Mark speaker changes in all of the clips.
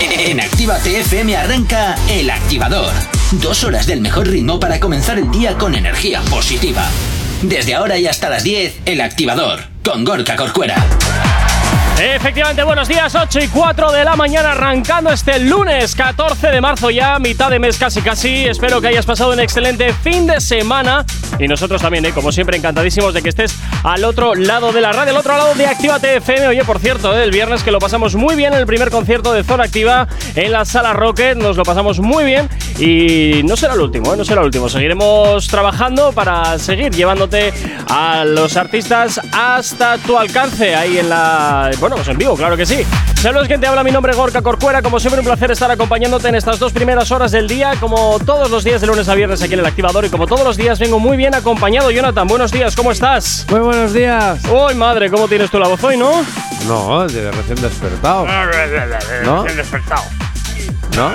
Speaker 1: En Activa TFM arranca El Activador. Dos horas del mejor ritmo para comenzar el día con energía positiva. Desde ahora y hasta las 10, El Activador, con Gorka Corcuera.
Speaker 2: Efectivamente, buenos días, 8 y 4 de la mañana, arrancando este lunes 14 de marzo ya, mitad de mes casi casi. Espero que hayas pasado un excelente fin de semana y nosotros también, ¿eh? como siempre, encantadísimos de que estés al otro lado de la radio, al otro lado de Actívate FM. Oye, por cierto, ¿eh? el viernes que lo pasamos muy bien en el primer concierto de Zona Activa en la Sala Rocket, nos lo pasamos muy bien y no será el último, ¿eh? no será el último. Seguiremos trabajando para seguir llevándote a los artistas hasta tu alcance ahí en la... Bueno, pues en vivo, claro que sí. Saludos, gente. Habla mi nombre es Gorka Corcuera. Como siempre, un placer estar acompañándote en estas dos primeras horas del día, como todos los días de lunes a viernes aquí en el Activador. Y como todos los días, vengo muy bien acompañado. Jonathan, buenos días, ¿cómo estás?
Speaker 3: Muy buenos días.
Speaker 2: Uy, madre, ¿cómo tienes tu la voz hoy, no?
Speaker 3: No, de recién despertado.
Speaker 2: ¿No? despertado.
Speaker 3: ¿No?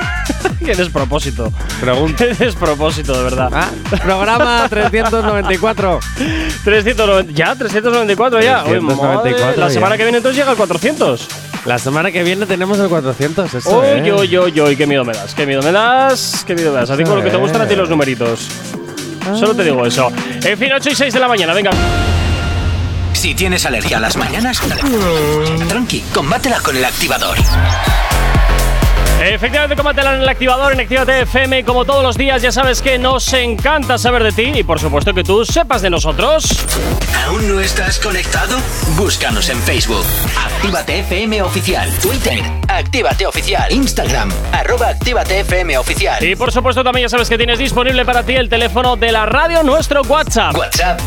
Speaker 2: Qué despropósito.
Speaker 3: Pregunta.
Speaker 2: Qué despropósito, de verdad.
Speaker 3: Ah, Programa 394.
Speaker 2: 390, ya, 394 ya. Uy, madre,
Speaker 3: 394
Speaker 2: la
Speaker 3: ya.
Speaker 2: semana que viene entonces llega al 400.
Speaker 3: La semana que viene tenemos el 400. Eso,
Speaker 2: Uy,
Speaker 3: eh.
Speaker 2: uy, uy, uy, qué miedo me das, qué miedo me das, qué miedo me das. Así con lo que te gustan a ti los numeritos. Solo te digo eso. En fin, 8 y 6 de la mañana, venga.
Speaker 1: Si tienes alergia a las mañanas, tranqui, combátela con el activador.
Speaker 2: Efectivamente, combátela en el activador, en Actívate FM. Como todos los días, ya sabes que nos encanta saber de ti y por supuesto que tú sepas de nosotros.
Speaker 1: ¿Aún no estás conectado? Búscanos en Facebook. Actívate FM Oficial. Twitter. Actívate Oficial. Instagram. Arroba Actívate FM Oficial.
Speaker 2: Y por supuesto también ya sabes que tienes disponible para ti el teléfono de la radio, nuestro WhatsApp.
Speaker 1: WhatsApp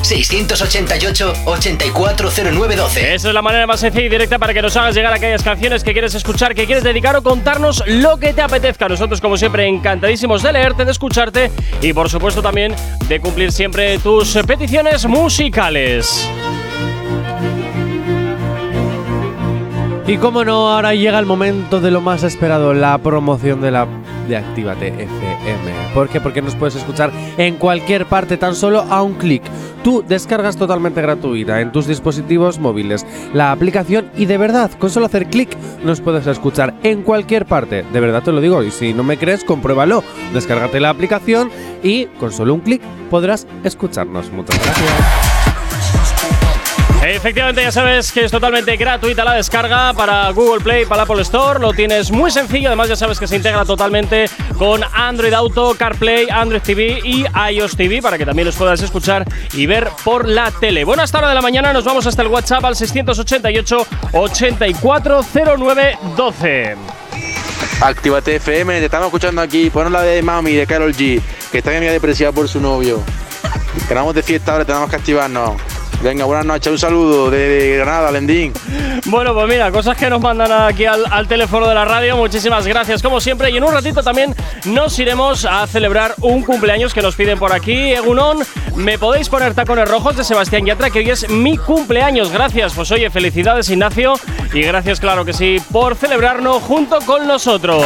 Speaker 1: 688-840912.
Speaker 2: Esa es la manera más sencilla y directa para que nos hagas llegar aquellas canciones que quieres escuchar, que quieres dedicar o contarnos lo que te apetezca. Nosotros, como siempre, encantadísimos de leerte, de escucharte y, por supuesto, también de cumplir siempre tus eh, peticiones musicales.
Speaker 3: Y como no, ahora llega el momento de lo más esperado, la promoción de la de Actívate FM. ¿Por qué? Porque nos puedes escuchar en cualquier parte, tan solo a un clic. Tú descargas totalmente gratuita en tus dispositivos móviles la aplicación y de verdad, con solo hacer clic, nos puedes escuchar en cualquier parte. De verdad te lo digo y si no me crees, compruébalo. Descárgate la aplicación y con solo un clic podrás escucharnos. Muchas gracias.
Speaker 2: Efectivamente, ya sabes que es totalmente gratuita la descarga para Google Play, para Apple Store. Lo tienes muy sencillo. Además, ya sabes que se integra totalmente con Android Auto, CarPlay, Android TV y iOS TV para que también los puedas escuchar y ver por la tele. Bueno, hasta hora de la mañana nos vamos hasta el WhatsApp al 688 840912.
Speaker 4: Actívate FM, te estamos escuchando aquí. Ponos la de Mami de Carol G, que está bien depresiva por su novio. Tenemos de fiesta ahora, tenemos que activarnos. Venga, buenas noches, un saludo de Granada, Lendín.
Speaker 2: Bueno, pues mira, cosas que nos mandan aquí al, al teléfono de la radio. Muchísimas gracias, como siempre. Y en un ratito también nos iremos a celebrar un cumpleaños que nos piden por aquí. Egunon, me podéis poner tacones rojos de Sebastián Yatra, que hoy es mi cumpleaños. Gracias, pues oye, felicidades, Ignacio. Y gracias, claro que sí, por celebrarnos junto con nosotros.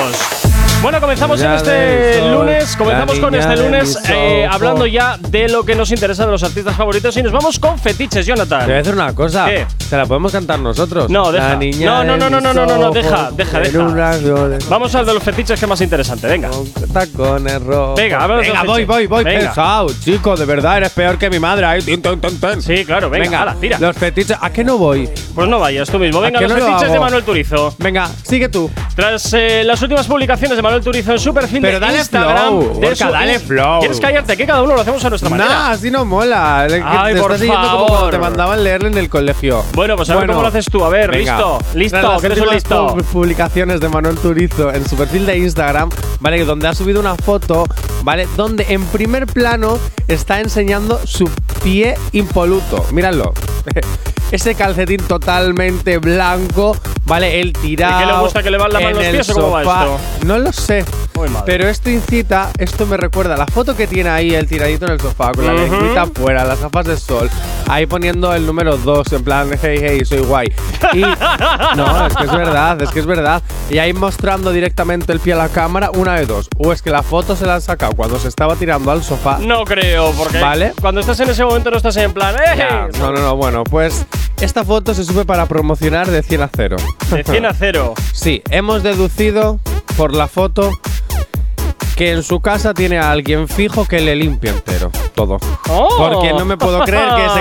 Speaker 2: Bueno, comenzamos en
Speaker 3: Niña del
Speaker 2: este
Speaker 3: sol,
Speaker 2: lunes, comenzamos
Speaker 3: la
Speaker 2: con
Speaker 3: niña
Speaker 2: este
Speaker 3: de
Speaker 2: lunes
Speaker 3: mis
Speaker 2: eh,
Speaker 3: ojos.
Speaker 2: hablando ya de lo que nos interesa de los artistas favoritos y nos vamos con fetiches, Jonathan.
Speaker 3: Te voy a decir una cosa.
Speaker 2: ¿Qué?
Speaker 3: Se la podemos cantar nosotros.
Speaker 2: No, deja.
Speaker 3: La niña
Speaker 2: No, no,
Speaker 3: de
Speaker 2: no, no,
Speaker 3: mis
Speaker 2: no, no, no,
Speaker 3: ojos
Speaker 2: deja, deja,
Speaker 3: en
Speaker 2: deja.
Speaker 3: unas flores
Speaker 2: Vamos al de los fetiches que es más interesante, venga.
Speaker 3: con tacones rojos.
Speaker 2: Venga, háblanos
Speaker 3: Venga,
Speaker 2: del
Speaker 3: voy,
Speaker 2: fetiche.
Speaker 3: voy, voy.
Speaker 2: Venga.
Speaker 3: Pesado, chico, de verdad eres peor que mi madre. Ahí, tin, tin, tin, tin.
Speaker 2: Sí, claro, venga, ala, tira.
Speaker 3: Los fetiches. ¿A qué no voy?
Speaker 2: Pues no vayas tú mismo. Venga,
Speaker 3: ¿A que
Speaker 2: los
Speaker 3: no lo
Speaker 2: fetiches de
Speaker 3: hago?
Speaker 2: Manuel Turizo.
Speaker 3: Venga, sigue tú.
Speaker 2: Tras eh, las últimas publicaciones de Manuel Turizo en su perfil
Speaker 3: Pero
Speaker 2: de
Speaker 3: dale
Speaker 2: Instagram,
Speaker 3: flow,
Speaker 2: de
Speaker 3: Gorka,
Speaker 2: su-
Speaker 3: dale flow.
Speaker 2: Quieres callarte, que cada uno lo hacemos a nuestra
Speaker 3: Nah,
Speaker 2: manera.
Speaker 3: así no mola. Le-
Speaker 2: Ay,
Speaker 3: te
Speaker 2: por
Speaker 3: estás siguiendo
Speaker 2: favor.
Speaker 3: como cuando te mandaban leer en el colegio.
Speaker 2: Bueno, pues a ver cómo lo haces tú. A ver, listo, listo,
Speaker 3: Tras
Speaker 2: que eres un
Speaker 3: últimas
Speaker 2: listo.
Speaker 3: pu- publicaciones de Manuel Turizo en su perfil de Instagram, ¿vale? Donde ha subido una foto, ¿vale? Donde en primer plano está enseñando su pie impoluto. Míralo. Ese calcetín totalmente blanco, ¿vale? El
Speaker 2: ¿Y
Speaker 3: tirado.
Speaker 2: qué le gusta, que le van la mano
Speaker 3: en
Speaker 2: los
Speaker 3: el
Speaker 2: pies o cómo va
Speaker 3: sofá.
Speaker 2: esto?
Speaker 3: No lo sé.
Speaker 2: Muy mal.
Speaker 3: Pero esto incita, esto me recuerda a la foto que tiene ahí el tiradito en el sofá, con la
Speaker 2: Ujú.
Speaker 3: lengüita afuera, las gafas de sol, ahí poniendo el número 2, en plan, hey, hey, soy guay. Y, no, es que es verdad, es que es verdad. Y ahí mostrando directamente el pie a la cámara, una de dos. O es que la foto se la han sacado cuando se estaba tirando al sofá.
Speaker 2: No creo, porque
Speaker 3: Vale.
Speaker 2: cuando estás en ese momento no estás en plan, ¡eh!
Speaker 3: Ya, No, no, no, bueno, pues esta foto se sube para promocionar de 100 a 0.
Speaker 2: De 100 a 0.
Speaker 3: Sí, hemos deducido por la foto que en su casa tiene a alguien fijo que le limpia entero todo.
Speaker 2: ¡Oh!
Speaker 3: Porque no me puedo creer que ese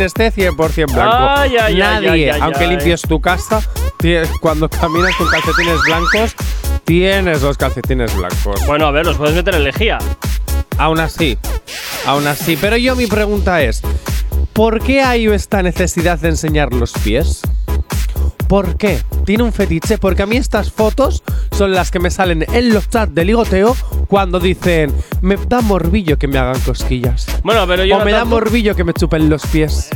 Speaker 3: esté 100% blanco.
Speaker 2: Ay, ay, ay,
Speaker 3: Nadie,
Speaker 2: ay, ay,
Speaker 3: aunque
Speaker 2: ay.
Speaker 3: limpies tu casa, tie- cuando caminas con calcetines blancos, tienes los calcetines blancos.
Speaker 2: Bueno, a ver, los puedes meter en lejía.
Speaker 3: Aún así, aún así. Pero yo mi pregunta es, ¿por qué hay esta necesidad de enseñar los pies? ¿Por qué? ¿Tiene un fetiche? Porque a mí estas fotos son las que me salen en los chats de ligoteo cuando dicen, me da morbillo que me hagan cosquillas.
Speaker 2: Bueno, pero yo.
Speaker 3: O
Speaker 2: no
Speaker 3: me da
Speaker 2: tanto- Eh,
Speaker 3: morbillo que me chupen los pies.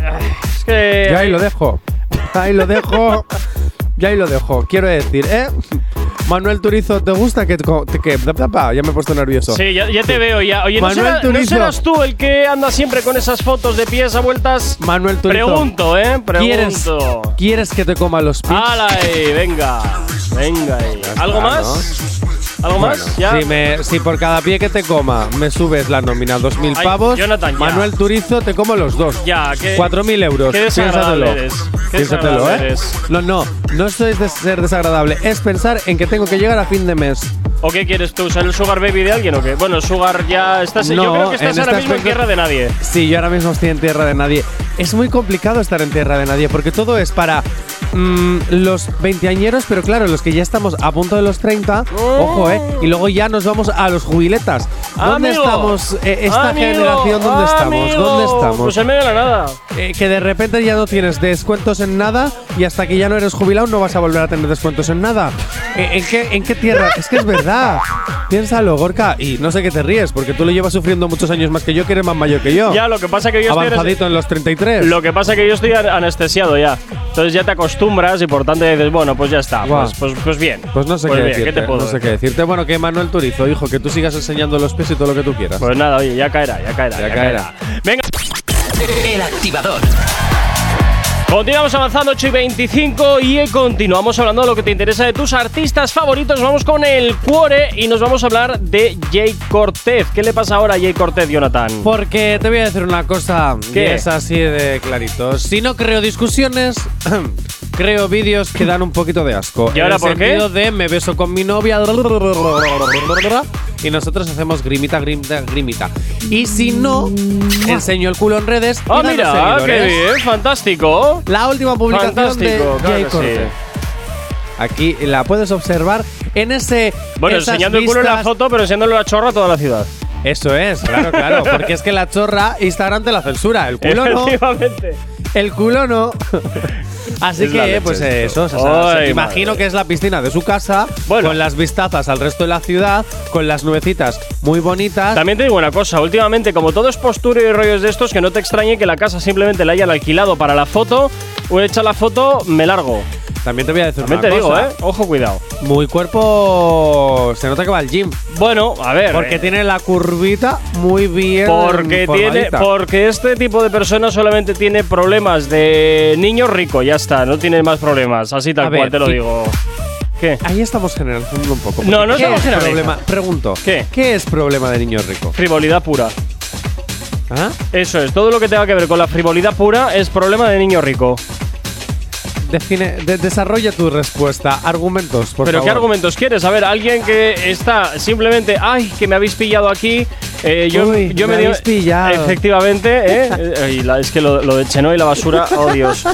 Speaker 2: Es que.
Speaker 3: Yo ahí lo dejo. Ahí lo dejo. Yo ahí lo dejo. Quiero decir, ¿eh? Manuel Turizo, ¿te gusta que.? co- que ya me he puesto nervioso.
Speaker 2: Sí, ya, ya te veo ya. Oye, ¿no,
Speaker 3: Manuel
Speaker 2: será- no
Speaker 3: Turizo.
Speaker 2: serás tú el que anda siempre con esas fotos de pies a vueltas?
Speaker 3: Manuel Turizo.
Speaker 2: Pregunto, ¿eh?
Speaker 3: ¿Quieres,
Speaker 2: Pregunto. Ah,
Speaker 3: ¿Quieres que te coma los pies?
Speaker 2: ¡Hala ahí! Venga. Venga ahí. ¿Algo
Speaker 3: está,
Speaker 2: más? ¿Algo más?
Speaker 3: Bueno,
Speaker 2: pues, ¿Ya?
Speaker 3: Si, me- si por cada pie que te coma me subes la nómina 2.000
Speaker 2: Ay,
Speaker 3: pavos,
Speaker 2: Jonathan, ya.
Speaker 3: Manuel Turizo te como los dos.
Speaker 2: Ya, qué-
Speaker 3: 4.000 euros.
Speaker 2: qué desagradable
Speaker 3: Piénsatelo.
Speaker 2: eres. Qué
Speaker 3: Piénsatelo,
Speaker 2: desagradable
Speaker 3: ¿eh?
Speaker 2: eres.
Speaker 3: No, no, no sois de ser desagradable. Es pensar en que tengo que llegar a fin de mes.
Speaker 2: ¿O qué quieres tú? ¿Ser el Sugar Baby de alguien o qué? Bueno, Sugar ya estás. yo
Speaker 3: No,
Speaker 2: creo que estás
Speaker 3: en
Speaker 2: ahora
Speaker 3: este
Speaker 2: mismo en
Speaker 3: aspecto-
Speaker 2: tierra de nadie.
Speaker 3: Sí, yo ahora mismo estoy en tierra de nadie. Es muy complicado estar en tierra de nadie porque todo es para mm, los veinteañeros, pero claro, los que ya estamos a punto de los 30,
Speaker 2: Oh.
Speaker 3: ojo, ¿eh? Y luego ya nos vamos a los jubiletas. ¿Dónde
Speaker 2: Amigo.
Speaker 3: estamos? eh, esta
Speaker 2: Amigo.
Speaker 3: generación, ¿dónde estamos?
Speaker 2: Amigo.
Speaker 3: ¿Dónde estamos?
Speaker 2: Pues en medio de la nada.
Speaker 3: Eh, que de repente ya no tienes descuentos en nada y hasta que ya no eres jubilado no vas a volver a tener descuentos en nada. Eh, ¿En qué, en qué tierra? es que es verdad. Piénsalo, Gorka. Y no sé qué te ríes, porque tú lo llevas sufriendo muchos años más que yo, que eres más mayor que yo.
Speaker 2: Ya, lo que pasa que yo estoy. en ese-
Speaker 3: Avanzadito en los 33.
Speaker 2: Lo que pasa es que yo estoy an- anestesiado ya. Entonces ya te acostumbras y por tanto dices, bueno, pues ya está.
Speaker 3: Guau.
Speaker 2: Pues, pues, pues bien.
Speaker 3: pues no sé qué
Speaker 2: bien,
Speaker 3: decirte.
Speaker 2: te puedo
Speaker 3: no sé
Speaker 2: decir?
Speaker 3: qué decirte. Bueno, que Manuel Turizo, hijo, que tú sigas enseñando los pies y todo lo que tú quieras.
Speaker 2: Pues nada, oye, ya caerá, ya caerá.
Speaker 3: Ya
Speaker 2: Ya,
Speaker 3: caerá.
Speaker 2: caerá. Venga,
Speaker 1: El activador.
Speaker 2: continuamos avanzando 8 y 25 y eh, continuamos hablando de lo que te interesa de tus artistas favoritos. Vamos con el cuore y nos vamos a hablar de Jay Cortez. ¿Qué le pasa ahora a Jay Cortez, Jonathan?
Speaker 3: Pues, Porque te voy a decir una cosa que
Speaker 2: ¿Qué?
Speaker 3: es así de clarito. Si no creo discusiones, creo vídeos que dan un poquito de asco.
Speaker 2: ¿Y ahora
Speaker 3: En el
Speaker 2: por qué?
Speaker 3: sentido de me beso con mi novia y nosotros hacemos grimita, grimita, grimita. Y si no, enseño el culo en redes. y
Speaker 2: ¡Ah,
Speaker 3: gano
Speaker 2: mira! ¡Qué
Speaker 3: seguidores.
Speaker 2: bien! ¡Fantástico!
Speaker 3: La última publicación
Speaker 2: Fantástico,
Speaker 3: de
Speaker 2: claro
Speaker 3: Jay
Speaker 2: que
Speaker 3: Cortez.
Speaker 2: sí.
Speaker 3: Aquí la puedes observar en ese.
Speaker 2: Bueno,
Speaker 3: esas
Speaker 2: enseñando el culo en la
Speaker 3: vistas-
Speaker 2: foto, pero enseñándole la chorra a toda la ciudad.
Speaker 3: Eso es, claro, claro. Porque es que la chorra, Instagram te la censura. El culo no.
Speaker 2: Efectivamente.
Speaker 3: El culo no. Así
Speaker 2: Es la
Speaker 3: que,
Speaker 2: leche
Speaker 3: pues
Speaker 2: esto.
Speaker 3: eh, eso, o sea,
Speaker 2: Ay,
Speaker 3: se- imagino
Speaker 2: madre.
Speaker 3: que es la piscina de su casa,
Speaker 2: Bueno.
Speaker 3: con las vistazas al resto de la ciudad, con las nubecitas muy bonitas.
Speaker 2: También te digo una cosa, últimamente como todo es postura y rollos de estos, que no te extrañe que la casa simplemente la hayan alquilado para la foto o hecha la foto, me largo.
Speaker 3: También te voy a decir
Speaker 2: También
Speaker 3: una
Speaker 2: te digo,
Speaker 3: cosa.
Speaker 2: ¿eh? Ojo, cuidado.
Speaker 3: Muy cuerpo. Se nota que va al gym.
Speaker 2: Bueno, a ver.
Speaker 3: Porque
Speaker 2: eh,
Speaker 3: tiene la curvita muy bien.
Speaker 2: porque tiene
Speaker 3: formadita.
Speaker 2: porque este tipo de personas solamente tiene problemas de niño rico, ya está, no tiene más problemas, así
Speaker 3: A
Speaker 2: tal
Speaker 3: ver,
Speaker 2: cual te lo
Speaker 3: y-
Speaker 2: digo. ¿Qué?
Speaker 3: Ahí estamos generalizando un poco.
Speaker 2: No, no
Speaker 3: ¿Qué
Speaker 2: estamos
Speaker 3: es
Speaker 2: generalizando.
Speaker 3: problema? Pregunto.
Speaker 2: ¿Qué?
Speaker 3: es problema de niño rico?
Speaker 2: Frivolidad pura.
Speaker 3: ¿Ah?
Speaker 2: Eso es, todo lo que tenga que ver con la frivolidad pura es problema de niño rico.
Speaker 3: Define, de- desarrolla tu respuesta. Argumentos, por
Speaker 2: ¿Pero qué
Speaker 3: favor.
Speaker 2: argumentos quieres? A ver, alguien que está simplemente, ay, que me habéis pillado aquí. eh, yo
Speaker 3: Uy,
Speaker 2: yo
Speaker 3: me
Speaker 2: dio-
Speaker 3: habéis pillado.
Speaker 2: Efectivamente, ¿eh? Eh, y la- es que lo, lo de Chenoa y la basura, oh Dios.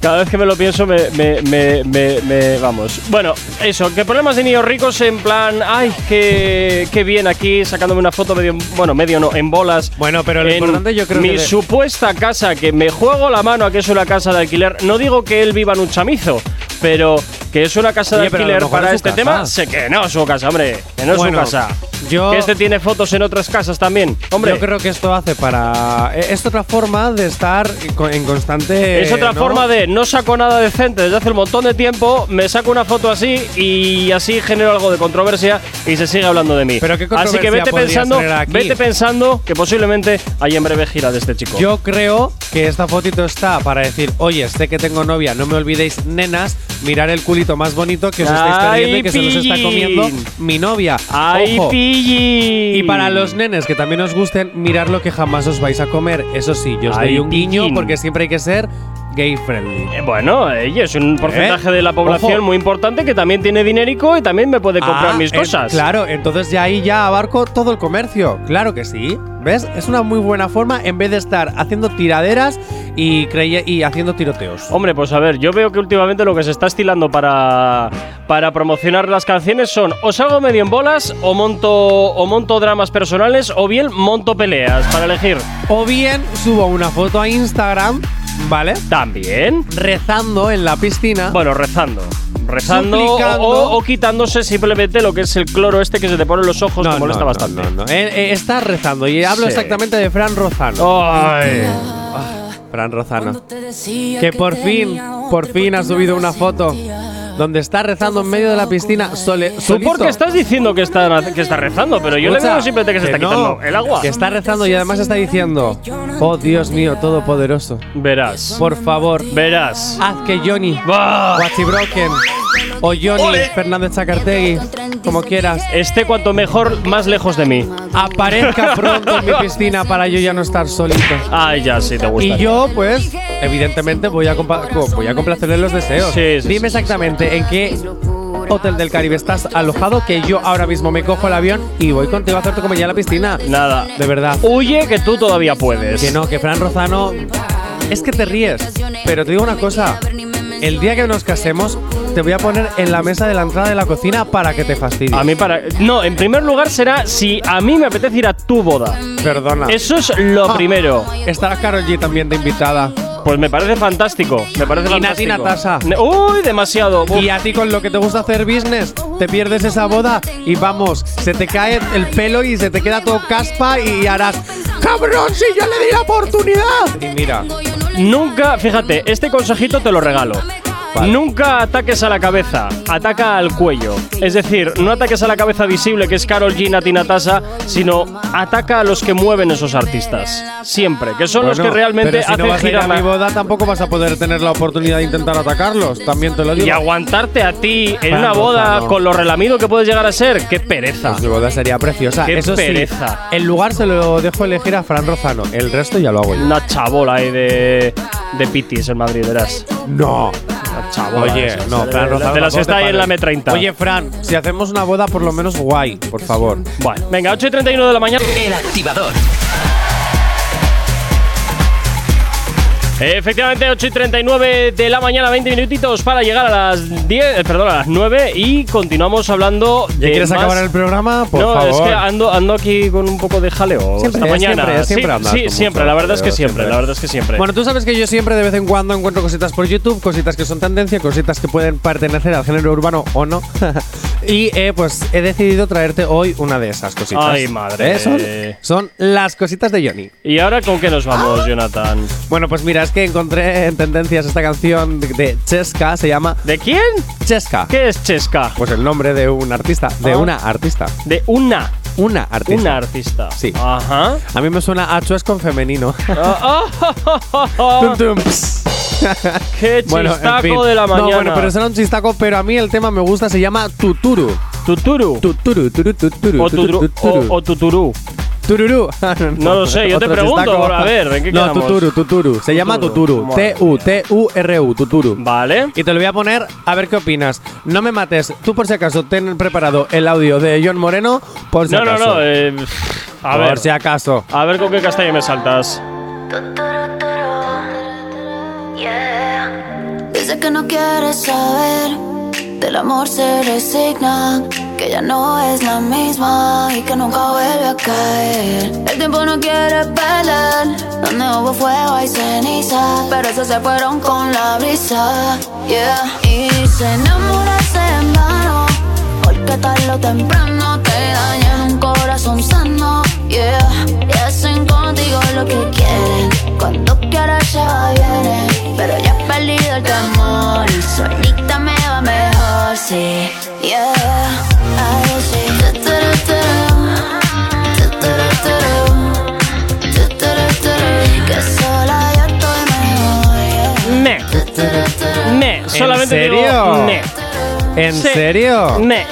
Speaker 2: Cada vez que me lo pienso, me, me- me- me- me- Vamos. Bueno, eso, que problemas de niños ricos en plan, ay, que, que bien aquí, sacándome una foto medio. en- Bueno, medio no, en bolas.
Speaker 3: Bueno, pero lo
Speaker 2: en
Speaker 3: importante yo creo
Speaker 2: mi
Speaker 3: que de-
Speaker 2: supuesta casa, que me juego la mano a que es una casa de alquiler. No digo que él viva en un chamizo, pero que es una casa de
Speaker 3: Oye, pero a lo
Speaker 2: alquiler
Speaker 3: mejor es
Speaker 2: para
Speaker 3: su
Speaker 2: este
Speaker 3: casa.
Speaker 2: tema. Sé que no es su casa, hombre. Que no es
Speaker 3: Bueno,
Speaker 2: su casa.
Speaker 3: yo-
Speaker 2: Que este tiene fotos en otras casas también. Hombre,
Speaker 3: Yo creo que esto hace para. eh, Es otra forma de estar co- en constante.
Speaker 2: es otra
Speaker 3: ¿no?
Speaker 2: forma de no saco nada decente desde hace un montón de tiempo, me saco una foto así y así genero algo de controversia y se sigue hablando de mí.
Speaker 3: Pero ¿qué
Speaker 2: así que
Speaker 3: controversia
Speaker 2: vete
Speaker 3: podría
Speaker 2: pensando,
Speaker 3: tener aquí?
Speaker 2: vete pensando que posiblemente hay en breve gira de este chico.
Speaker 3: Yo creo que esta fotito está para decir, oye, sé que tengo novia, no me olvidéis, nenas, mirar el culito más bonito que os estáis
Speaker 2: Ay,
Speaker 3: perdiendo y que se los está
Speaker 2: pillín.
Speaker 3: comiendo mi novia.
Speaker 2: ¡Ay,
Speaker 3: Ojo.
Speaker 2: pilli!
Speaker 3: Y para los nenes que también os gusten, mirar lo que jamás os vais a comer. Eso sí, yo os
Speaker 2: Ay,
Speaker 3: doy un guiño
Speaker 2: pillín.
Speaker 3: porque siempre hay que ser gay friendly.
Speaker 2: Eh, Bueno, ella es un porcentaje de la población
Speaker 3: Eh, Ojo.
Speaker 2: muy importante que también tiene dinérico y también me puede comprar
Speaker 3: Ah,
Speaker 2: mis
Speaker 3: eh,
Speaker 2: cosas.
Speaker 3: claro, entonces ya ahí ya abarco todo el comercio. Claro que sí. ¿Ves? Es una muy buena forma en vez de estar haciendo tiraderas y, creye- y haciendo tiroteos.
Speaker 2: Hombre, pues a ver, yo veo que últimamente lo que se está estilando para, para promocionar las canciones son o salgo medio en bolas o monto, o monto dramas personales o bien monto peleas para elegir.
Speaker 3: O bien subo una foto a Instagram, ¿vale?
Speaker 2: También.
Speaker 3: Rezando en la piscina.
Speaker 2: Bueno, rezando. Rezando
Speaker 3: Suplicando.
Speaker 2: o, o quitándose simplemente lo que es el cloro este que se te pone en los ojos, que molesta bastante.
Speaker 3: no, no. Eh, eh, estás rezando y hablo
Speaker 2: Sí. Oh.
Speaker 3: exactamente de Fran Rozano.
Speaker 2: Ay.
Speaker 3: Fran Rozano.
Speaker 5: Que
Speaker 3: Que por fin, por fin ha subido una foto donde está rezando en medio de la piscina sole,
Speaker 2: Tú
Speaker 3: solito.
Speaker 2: porque estás diciendo que está, que está rezando, pero yo le
Speaker 3: Escucha,
Speaker 2: veo simplemente que se
Speaker 3: que
Speaker 2: está
Speaker 3: no,
Speaker 2: quitando el agua.
Speaker 3: Que está rezando y además está diciendo, oh Dios mío, todopoderoso,
Speaker 2: Verás.
Speaker 3: por favor,
Speaker 2: Verás.
Speaker 3: haz que Johnny,
Speaker 2: Bah.
Speaker 3: Guachibroken, o Johnny Fernández Zacartegui, como quieras,
Speaker 2: Esté Este cuanto mejor, más lejos de mí.
Speaker 3: aparezca pronto en mi piscina para yo ya no estar solito.
Speaker 2: Ay, ya, sí, te gusta.
Speaker 3: Y yo, pues, evidentemente voy a, compa- co- voy a complacerle los deseos.
Speaker 2: Sí, sí,
Speaker 3: Dime exactamente en qué hotel del Caribe estás alojado, que yo ahora mismo me cojo el avión y voy contigo a hacer tu comida a la piscina.
Speaker 2: Nada.
Speaker 3: De verdad.
Speaker 2: Huye que tú todavía puedes.
Speaker 3: Que no, que Fran Rozano. Es que te ríes. Pero te digo una cosa. El día que nos casemos, te voy a poner en la mesa de la entrada de la cocina para que te fastidies.
Speaker 2: A mí para... No, en primer lugar será si a mí me apetece ir a tu boda.
Speaker 3: Perdona.
Speaker 2: Eso es lo
Speaker 3: Ah.
Speaker 2: primero.
Speaker 3: Estará Carol G también de invitada.
Speaker 2: Pues me parece fantástico. Me parece
Speaker 3: Y Nati
Speaker 2: fantástico.
Speaker 3: Natasha.
Speaker 2: Ne- Uy, demasiado. Uf.
Speaker 3: Y a ti con lo que te gusta hacer business, te pierdes esa boda y vamos, se te cae el pelo y se te queda todo caspa y harás, cabrón, si yo le di la oportunidad. Y mira,
Speaker 2: Nunca, fíjate, este consejito te lo regalo.
Speaker 3: Vale.
Speaker 2: Nunca ataques a la cabeza, ataca al cuello. Es decir, no ataques a la cabeza visible, que es Carol G, Nati Natasha, sino ataca a los que mueven esos artistas. Siempre, que son los
Speaker 3: Bueno,
Speaker 2: que realmente
Speaker 3: pero si
Speaker 2: hacen
Speaker 3: no vas a ir
Speaker 2: girar
Speaker 3: a mi
Speaker 2: la-
Speaker 3: boda tampoco vas a poder tener la oportunidad de intentar atacarlos, también te lo digo.
Speaker 2: Y aguantarte a ti en
Speaker 3: Fran
Speaker 2: una boda
Speaker 3: Lozano.
Speaker 2: con lo relamido que puedes llegar a ser, qué pereza.
Speaker 3: Pues mi boda sería preciosa.
Speaker 2: Qué
Speaker 3: Eso sí,
Speaker 2: pereza.
Speaker 3: el lugar se lo dejo elegir a Fran Rozano. El resto ya lo hago yo.
Speaker 2: Una chabola ahí de, de pitis en Madrid, verás.
Speaker 3: No.
Speaker 2: chabola
Speaker 3: Oye,
Speaker 2: esa.
Speaker 3: no,
Speaker 2: De-
Speaker 3: Fran
Speaker 2: de-
Speaker 3: Rozano.
Speaker 2: de las que
Speaker 3: tampoco
Speaker 2: está
Speaker 3: te
Speaker 2: ahí en la
Speaker 3: pares.
Speaker 2: M30.
Speaker 3: Oye, Fran, si hacemos una boda, por lo menos guay, por favor.
Speaker 2: Bueno, venga, 8 y 31 de la mañana.
Speaker 1: El activador.
Speaker 2: Efectivamente, 8 y 39 de la mañana, 20 minutitos para llegar a las 10, eh, perdón, a las 9 y continuamos hablando de.
Speaker 3: ¿Ya quieres
Speaker 2: más-
Speaker 3: acabar el programa? Por
Speaker 2: no,
Speaker 3: favor.
Speaker 2: es que ando, ando aquí con un poco de jaleo
Speaker 3: Siempre,
Speaker 2: esta mañana.
Speaker 3: siempre, siempre
Speaker 2: sí,
Speaker 3: andas
Speaker 2: sí,
Speaker 3: con mucho
Speaker 2: siempre, la verdad es que
Speaker 3: jaleo,
Speaker 2: siempre,
Speaker 3: siempre.
Speaker 2: la verdad es que siempre.
Speaker 3: Bueno, tú sabes que yo siempre de vez en cuando encuentro cositas por YouTube, cositas que son tendencia, cositas que pueden pertenecer al género urbano o no. y eh, pues he decidido traerte hoy una de esas cositas.
Speaker 2: Ay, madre.
Speaker 3: Eh, Son, son las cositas de Johnny.
Speaker 2: ¿Y ahora con qué nos vamos, Jonathan?
Speaker 3: Bueno, pues mira, es que encontré en tendencias esta canción de, de Chesca, se llama
Speaker 2: ¿De quién?
Speaker 3: Chesca.
Speaker 2: ¿Qué es Chesca?
Speaker 3: Pues el nombre de un artista, de
Speaker 2: Ah.
Speaker 3: una artista.
Speaker 2: De una.
Speaker 3: Una artista.
Speaker 2: Una artista.
Speaker 3: Sí.
Speaker 2: Ajá.
Speaker 3: A mí me suena a Chuesco en femenino.
Speaker 2: Ah, ah,
Speaker 3: Tum, tum, ps.
Speaker 2: ¡Qué chistaco
Speaker 3: Bueno, en fin.
Speaker 2: de la mañana!
Speaker 3: No, bueno, pero será un chistaco, pero a mí el tema me gusta, se llama Tuturu.
Speaker 2: Tuturu.
Speaker 3: Tuturu, tuturu, tuturu,
Speaker 2: o, Oh, tuturu,
Speaker 3: tuturu, tuturu.
Speaker 2: o- o tuturú.
Speaker 3: Tururú. Ah,
Speaker 2: No lo sé, yo te
Speaker 3: Otro
Speaker 2: pregunto,
Speaker 3: chistaco.
Speaker 2: a ver, ¿en qué
Speaker 3: No,
Speaker 2: quedamos?
Speaker 3: tuturu, tuturu. Se llama
Speaker 2: Tuturu.
Speaker 3: tuturu.
Speaker 2: Madre
Speaker 3: T-U, T-U-R-U, tuturu.
Speaker 2: Vale.
Speaker 3: Y te lo voy a poner a ver qué opinas. No me mates. Tú, por si acaso, ten preparado el audio de John Moreno. Por si
Speaker 2: No, no,
Speaker 3: acaso.
Speaker 2: no. eh, a
Speaker 3: por
Speaker 2: ver.
Speaker 3: si acaso.
Speaker 2: A ver con qué castaña me saltas.
Speaker 5: Dice que no quiere saber Del amor se resigna Que ya no es la misma Y que nunca vuelve a caer El tiempo no quiere pelear Donde hubo fuego hay ceniza Pero esos se fueron con la brisa Yeah Y se enamorarse en vano Porque tarde o temprano Te dañan un corazón sano Yeah Y hacen contigo lo que quieren Cuando quieras ya vienen Pero ya he perdido el temor Y solita me va mejor, sí Yeah Ay, sí Tuturu, turu. Tuturu, turu. Tuturu, turu. Que sola yo estoy mejor, yeah.
Speaker 2: Me.
Speaker 5: Tuturu, turu.
Speaker 2: Me. Solamente
Speaker 3: serio? Oh,
Speaker 2: digo me.
Speaker 3: ¿En
Speaker 2: Sí.
Speaker 3: serio?
Speaker 2: Me.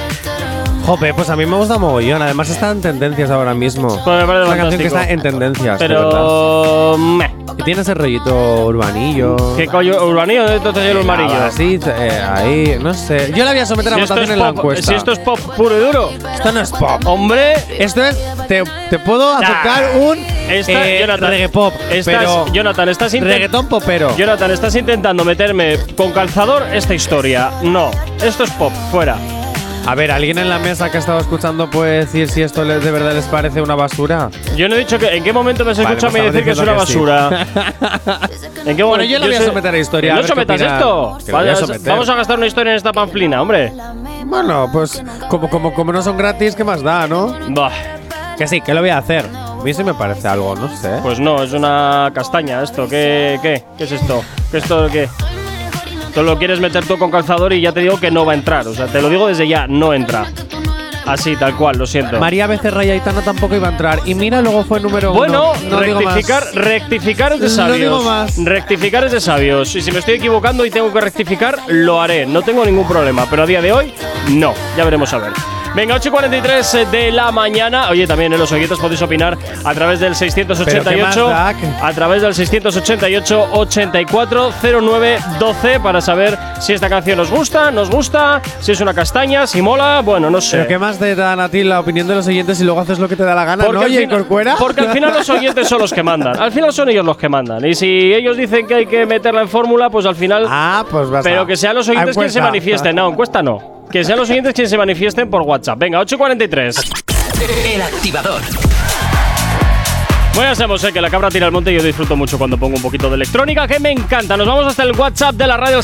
Speaker 3: Jope, pues a mí me gusta mogollón. Además está en tendencias ahora mismo.
Speaker 2: Pues me parece
Speaker 3: es una canción que
Speaker 2: fantástico.
Speaker 3: está en tendencias, de verdad.
Speaker 2: Pero. meh.
Speaker 3: Y tiene ese rollito urbanillo.
Speaker 2: ¿Qué coño? ¿Urbanillo? ¿Dónde está el urbanillo?
Speaker 3: Así, eh, ahí, no sé. Yo la voy a someter
Speaker 2: Si
Speaker 3: a
Speaker 2: esto
Speaker 3: votación
Speaker 2: es
Speaker 3: en la
Speaker 2: pop-
Speaker 3: encuesta.
Speaker 2: si esto es pop puro Oh. y duro.
Speaker 3: Esto no es pop.
Speaker 2: Hombre,
Speaker 3: Esto es. Te, te puedo aceptar un
Speaker 2: esta,
Speaker 3: eh,
Speaker 2: Jonathan,
Speaker 3: reggae pop.
Speaker 2: estás-
Speaker 3: pero
Speaker 2: Jonathan, estás inten-
Speaker 3: reggaetón popero.
Speaker 2: Jonathan, estás intentando meterme con calzador esta historia. No, esto es pop, fuera.
Speaker 3: A ver, ¿alguien en la mesa que ha estado escuchando puede decir si esto le- de verdad les parece una basura?
Speaker 2: Yo no he dicho que. ¿En qué momento me has
Speaker 3: Vale,
Speaker 2: escuchado a mí
Speaker 3: pues
Speaker 2: decir que es una
Speaker 3: estaba diciendo
Speaker 2: basura? ¿En qué
Speaker 3: Bueno,
Speaker 2: momento?
Speaker 3: yo la voy a
Speaker 2: sé-
Speaker 3: someter a historia, a
Speaker 2: No
Speaker 3: ver qué
Speaker 2: sometas
Speaker 3: opinan.
Speaker 2: esto.
Speaker 3: Que la voy a
Speaker 2: Vale,
Speaker 3: someter.
Speaker 2: Vamos a gastar una historia en esta panflina, hombre.
Speaker 3: Bueno, pues como, como, como no son gratis, ¿qué más da, no?
Speaker 2: Bah,
Speaker 3: Que sí, que lo voy a hacer. A mí sí me parece algo, no sé.
Speaker 2: pues no, es una castaña esto. ¿Qué, qué? ¿Qué es esto? ¿Qué es todo qué? Tú lo quieres meter tú con calzador y ya te digo que no va a entrar. O sea, te lo digo desde ya, no entra. Así, tal cual, lo siento.
Speaker 3: María Becerra y Aitana tampoco iba a entrar. Y mira, luego fue número
Speaker 2: Bueno,
Speaker 3: uno. No digo más.
Speaker 2: rectificar, rectificar es de
Speaker 3: No
Speaker 2: sabios.
Speaker 3: digo más.
Speaker 2: Rectificar es de sabios. Y si me estoy equivocando y tengo que rectificar, lo haré. No tengo ningún problema. Pero a día de hoy, no. Ya veremos a ver. Venga, 8 y 43 de la mañana. Oye, también en los oyentes podéis opinar a través del
Speaker 3: Pero qué más
Speaker 2: 688.
Speaker 3: da que-
Speaker 2: A través del 688 8409 12 para saber si esta canción os gusta, nos gusta, si es una castaña, si mola. Bueno, no sé.
Speaker 3: Pero ¿qué más te dan a ti la opinión de los oyentes y luego haces lo que te da la gana,
Speaker 2: Porque,
Speaker 3: no?
Speaker 2: al
Speaker 3: Oye,
Speaker 2: final-
Speaker 3: Corcuera.
Speaker 2: porque al final los oyentes son los que mandan. Al final son ellos los que mandan. Y si ellos dicen que hay que meterla en fórmula, pues al final.
Speaker 3: Ah, pues vas
Speaker 2: pero que sean los oyentes quienes se manifiesten.
Speaker 3: manifiesten.
Speaker 2: No, encuesta no. Que sean los oyentes quienes se manifiesten por WhatsApp. Venga, 8.43.
Speaker 1: El activador.
Speaker 2: Bueno, ya sabemos eh, que la cabra tira al monte y yo disfruto mucho cuando pongo un poquito de electrónica, que me encanta. Nos vamos hasta el WhatsApp de la radio al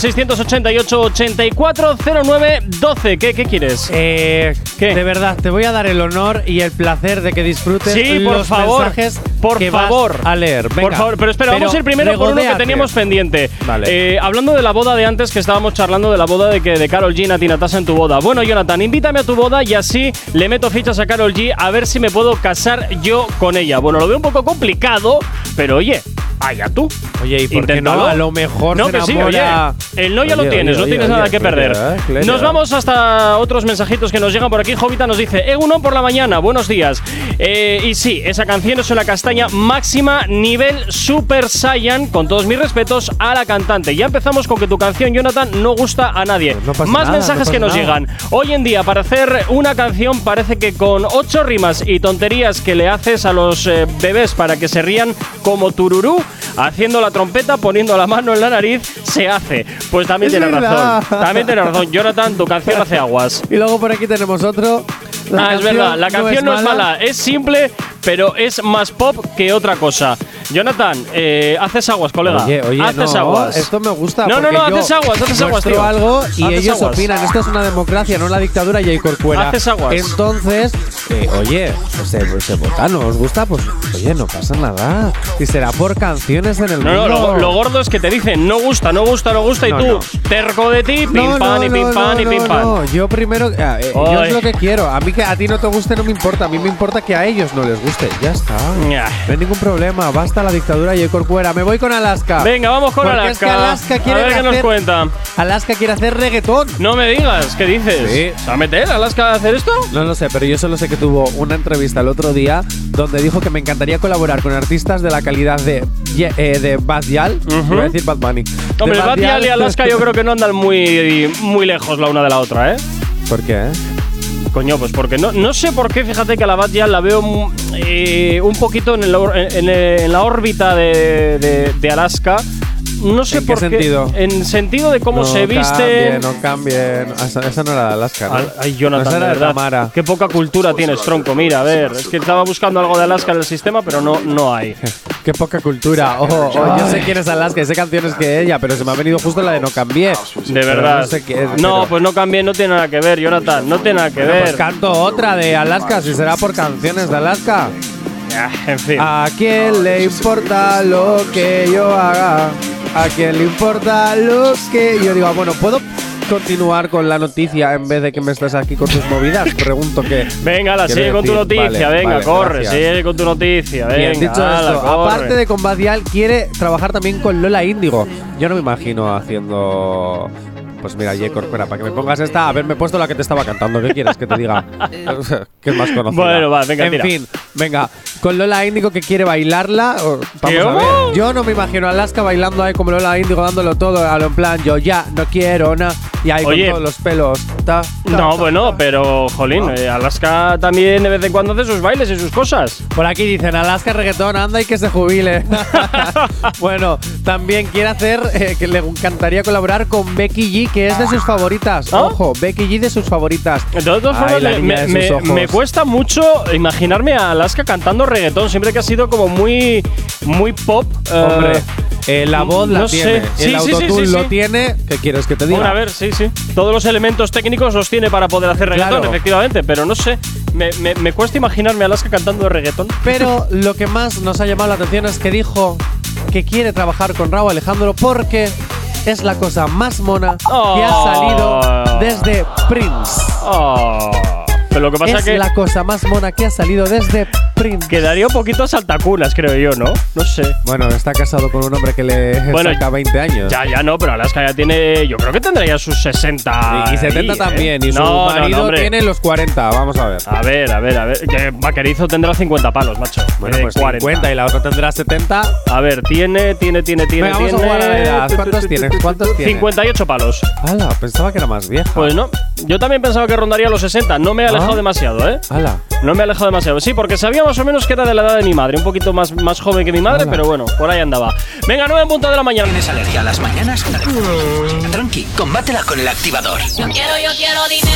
Speaker 2: 688-8409-12. ¿Qué, ¿Qué quieres?
Speaker 3: Eh,
Speaker 2: ¿Qué?
Speaker 3: De verdad, te voy a dar el honor y el placer de que disfrutes
Speaker 2: Sí, por
Speaker 3: los
Speaker 2: favor,
Speaker 3: mensajes
Speaker 2: por
Speaker 3: que vas
Speaker 2: favor.
Speaker 3: a leer. Venga,
Speaker 2: Por favor, pero espera, vamos a ir primero por uno que
Speaker 3: regodéate.
Speaker 2: teníamos pendiente.
Speaker 3: Vale.
Speaker 2: Eh, hablando de la boda de antes, que estábamos charlando de la boda de que de Carol G, Natina Tasa en tu boda. Bueno, Jonathan, invítame a tu boda y así le meto fichas a Carol G a ver si me puedo casar yo con ella. Bueno, lo veo un poco complicado, pero oye, allá tú.
Speaker 3: Oye, ¿y por qué
Speaker 2: Inténtalo.
Speaker 3: no? A lo mejor
Speaker 2: no,
Speaker 3: se
Speaker 2: que sí, oye,
Speaker 3: enamora-
Speaker 2: el no ya lo
Speaker 3: Oye,
Speaker 2: tienes,
Speaker 3: oye,
Speaker 2: no
Speaker 3: oye,
Speaker 2: tienes
Speaker 3: oye,
Speaker 2: nada que
Speaker 3: Clelia,
Speaker 2: perder.
Speaker 3: eh, Clelia.
Speaker 2: Nos vamos hasta otros mensajitos que nos llegan por aquí. Jovita nos dice, Egunon por la mañana, buenos días. Eh, y sí, esa canción es una castaña máxima nivel Super Saiyan, con todos mis respetos a la cantante. Ya empezamos con que tu canción, Jonathan, no gusta a nadie.
Speaker 3: Pues no pasa
Speaker 2: Más
Speaker 3: nada,
Speaker 2: mensajes
Speaker 3: no
Speaker 2: que
Speaker 3: pasa
Speaker 2: nos
Speaker 3: nada.
Speaker 2: llegan. Hoy en día, para hacer una canción, parece que con ocho rimas y tonterías que le haces a los eh, bebés para que se rían como tururú, haciendo la trompeta, poniendo la mano en la nariz, se hace. Pues también
Speaker 3: Es
Speaker 2: tiene
Speaker 3: verdad.
Speaker 2: razón. También tiene razón. Jonathan, tu canción hace aguas.
Speaker 3: Y luego por aquí tenemos otro. La
Speaker 2: ah, es
Speaker 3: canción
Speaker 2: verdad, la canción no es, mala. es simple, pero es más pop que otra cosa. Jonathan, eh, haces aguas, colega.
Speaker 3: Oye, oye,
Speaker 2: haces
Speaker 3: no,
Speaker 2: aguas.
Speaker 3: Esto me gusta.
Speaker 2: No, no,
Speaker 3: porque
Speaker 2: no,
Speaker 3: yo
Speaker 2: haces aguas, haces aguas,
Speaker 3: muestro
Speaker 2: tío.
Speaker 3: algo y
Speaker 2: Haces
Speaker 3: ellos
Speaker 2: aguas.
Speaker 3: opinan. Esto es una democracia, no la dictadura y hay corcuera.
Speaker 2: Haces aguas.
Speaker 3: Entonces, eh, oye, pues se, pues se vota, no os gusta, pues oye, no pasa nada. Y será por canciones en el
Speaker 2: No, no,
Speaker 3: mundo.
Speaker 2: lo, lo gordo es que te dicen no gusta, no gusta, no gusta, y
Speaker 3: No,
Speaker 2: tú,
Speaker 3: no.
Speaker 2: terco de ti, pim
Speaker 3: No,
Speaker 2: pam
Speaker 3: no,
Speaker 2: y pim
Speaker 3: no,
Speaker 2: pam y
Speaker 3: no,
Speaker 2: pim
Speaker 3: no,
Speaker 2: pam.
Speaker 3: no. Yo primero, ah, eh, yo
Speaker 2: Ay.
Speaker 3: es lo que quiero. A mí que a ti no te guste no me importa. A mí me importa que a ellos no les guste. Ya está.
Speaker 2: Ya.
Speaker 3: No hay ningún problema. Basta la dictadura y el corcuera. Me voy con Alaska.
Speaker 2: Venga, vamos con
Speaker 3: Porque
Speaker 2: Alaska.
Speaker 3: Es que Alaska quiere
Speaker 2: a ver qué nos
Speaker 3: hacer-
Speaker 2: cuenta.
Speaker 3: Alaska quiere hacer reggaetón.
Speaker 2: No me digas, ¿qué dices?
Speaker 3: Sí.
Speaker 2: ¿Se va a meter Alaska a hacer esto?
Speaker 3: No lo sé, pero yo solo sé que tuvo una entrevista el otro día donde dijo que me encantaría colaborar con artistas de la calidad de, Ye- eh, de Bad Yal. Iba a decir Bad Bunny. De
Speaker 2: Hombre,
Speaker 3: Bad
Speaker 2: Batial
Speaker 3: Yal.
Speaker 2: y Alaska yo creo que no andan muy, muy lejos la una de la otra, ¿eh?
Speaker 3: ¿Por qué?
Speaker 2: Coño, pues porque no, no sé por qué, fíjate que la Batial la veo mm, eh, un poquito en, el or- en- en- en la órbita de, de- de Alaska. No sé
Speaker 3: ¿En qué
Speaker 2: por
Speaker 3: sentido?
Speaker 2: En sentido de cómo
Speaker 3: no
Speaker 2: se viste.
Speaker 3: Cambie, no cambie. No, Esa, esa no era de Alaska. ¿no?
Speaker 2: Al- Ay,
Speaker 3: No,
Speaker 2: Jonathan,
Speaker 3: esa
Speaker 2: de
Speaker 3: era de
Speaker 2: verdad.
Speaker 3: Tamara.
Speaker 2: Qué poca cultura tienes, tronco. Mira, a ver, es que estaba buscando algo de Alaska en el sistema, pero no, no hay.
Speaker 3: Qué poca cultura. Oh, oh, yo sé quién es Alaska y sé canciones que ella, pero se me ha venido justo la de No Cambié.
Speaker 2: De verdad.
Speaker 3: no sé qué es,
Speaker 2: no,
Speaker 3: pero-
Speaker 2: pues no cambié, no tiene nada que ver, Jonathan, no tiene nada que
Speaker 3: Pues
Speaker 2: ver.
Speaker 3: canto otra de Alaska, si será por canciones de Alaska.
Speaker 2: Ah, en fin.
Speaker 3: ¿A quién le importa lo que yo haga? ¿A quién le importa lo que yo diga? Bueno, ¿puedo continuar con la noticia en vez de que me estás aquí con tus movidas? Pregunto que.
Speaker 2: Venga, la
Speaker 3: quiero
Speaker 2: sigue con tu
Speaker 3: decir,
Speaker 2: noticia,
Speaker 3: vale,
Speaker 2: venga,
Speaker 3: vale,
Speaker 2: corre,
Speaker 3: gracias.
Speaker 2: sigue con tu noticia, venga.
Speaker 3: Bien, dicho
Speaker 2: ala,
Speaker 3: esto,
Speaker 2: corre.
Speaker 3: aparte de con Badial, quiere trabajar también con Lola Índigo. Yo no me imagino haciendo pues mira, J. Corcuera, para que me pongas esta, haberme puesto la que te estaba cantando. ¿Qué quieres que te diga? que es más conocida.
Speaker 2: Bueno, va, venga,
Speaker 3: En
Speaker 2: tira.
Speaker 3: fin, venga. Con Lola Índigo que quiere bailarla. o-
Speaker 2: ¿Qué?
Speaker 3: Vamos a ver. Yo no me imagino a Alaska bailando ahí como Lola Índigo, dándolo todo. A lo en plan, yo ya no quiero nada. Y ahí
Speaker 2: Oye.
Speaker 3: con todos los pelos. ta, ta,
Speaker 2: No,
Speaker 3: ta,
Speaker 2: bueno,
Speaker 3: ta.
Speaker 2: pero jolín, eh, Alaska también de vez en cuando hace sus bailes y sus cosas.
Speaker 3: Por aquí dicen Alaska reggaetón, anda y que se jubile. bueno, también quiere hacer, eh, que le encantaría colaborar con Becky G, que es de sus favoritas.
Speaker 2: ¿Ah?
Speaker 3: Ojo, Becky G de sus favoritas.
Speaker 2: De todas
Speaker 3: Ay,
Speaker 2: formas,
Speaker 3: la
Speaker 2: me, me-
Speaker 3: niña de sus
Speaker 2: me-
Speaker 3: ojos.
Speaker 2: me cuesta mucho imaginarme a Alaska cantando reggaetón, siempre que ha sido como muy, muy pop. eh,
Speaker 3: Hombre, eh, la voz la
Speaker 2: no
Speaker 3: tiene,
Speaker 2: sé.
Speaker 3: el
Speaker 2: Sí, sí, sí,
Speaker 3: autotune
Speaker 2: sí,
Speaker 3: lo
Speaker 2: sí.
Speaker 3: tiene. ¿Qué quieres que te diga?
Speaker 2: Bueno, a ver, sí, sí. Todos los elementos técnicos los tiene para poder hacer reggaetón,
Speaker 3: Claro.
Speaker 2: efectivamente, pero no sé. Me, me- me cuesta imaginarme a Alaska cantando reggaetón.
Speaker 3: Pero lo que más nos ha llamado la atención es que dijo que quiere trabajar con Raúl Alejandro porque es la cosa más mona que ha
Speaker 2: Oh.
Speaker 3: salido desde Prince.
Speaker 2: Oh, pero lo que pasa
Speaker 3: es
Speaker 2: que
Speaker 3: la cosa más mona que ha salido desde Prince.
Speaker 2: quedaría un poquito a saltacunas, creo yo, ¿no? No sé.
Speaker 3: Bueno, está casado con un hombre que le
Speaker 2: Bueno,
Speaker 3: saca 20 años.
Speaker 2: Ya, ya no, pero Alaska ya tiene. Yo creo que tendría ya sus 60.
Speaker 3: y 70
Speaker 2: ahí, ¿eh?
Speaker 3: también. Y su
Speaker 2: No, no, no,
Speaker 3: marido
Speaker 2: hombre. Ah,
Speaker 3: tiene los 40. Vamos a ver.
Speaker 2: A ver, a ver, a ver. Que Vaquerizo tendrá 50 palos, macho.
Speaker 3: bueno,
Speaker 2: Eh,
Speaker 3: pues 50 y la otra tendrá 70.
Speaker 2: A ver, tiene, tiene, tiene, tiene.
Speaker 3: Venga, vamos a
Speaker 2: tiene-
Speaker 3: jugar a la edad. ¿Cuántos tienes? ¿Cuántos tienes?
Speaker 2: 58 palos.
Speaker 3: Ala, pensaba que era más vieja.
Speaker 2: Pues no. Yo también pensaba que rondaría los 60. No me he alejado
Speaker 3: Ah.
Speaker 2: demasiado, ¿eh?
Speaker 3: Ala.
Speaker 2: No me he alejado demasiado. Sí, porque sabía más o menos que era de la edad de mi madre. Un poquito más, más joven que mi madre,
Speaker 3: Hola.
Speaker 2: pero bueno, por ahí andaba. Venga, 9 en punto de la mañana.
Speaker 1: ¿Tienes alergia a las mañanas? Tranqui, combátela con el activador.
Speaker 5: Yo quiero, yo quiero dinero.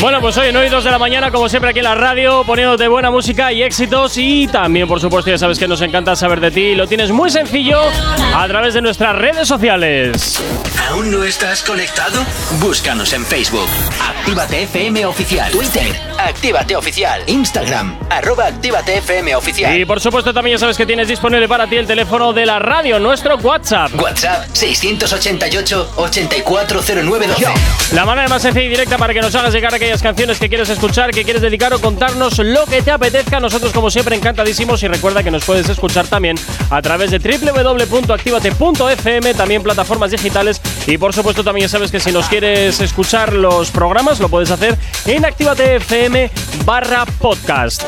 Speaker 2: Bueno, pues hoy en Hoy 2 de la mañana, como siempre aquí en la radio, poniéndote buena música y éxitos y también, por supuesto, ya sabes que nos encanta saber de ti. Lo tienes muy sencillo a través de nuestras redes sociales.
Speaker 1: ¿Aún no estás conectado? Búscanos en Facebook. Actívate FM Oficial. Twitter. Actívate Oficial. Instagram. Arroba Actívate FM Oficial.
Speaker 2: Y por supuesto también ya sabes que tienes disponible para ti el teléfono de la radio, nuestro WhatsApp.
Speaker 1: WhatsApp 688 840912.
Speaker 2: La manera más sencilla y directa para que nos hagas llegar aquellas canciones que quieres escuchar, que quieres dedicar o contarnos lo que te apetezca. Nosotros, como siempre, encantadísimos y recuerda que nos puedes escuchar también a través de www.activate.fm, también plataformas digitales y, por supuesto, también ya sabes que si nos quieres escuchar los programas, lo puedes hacer en Actívate FM barra podcast.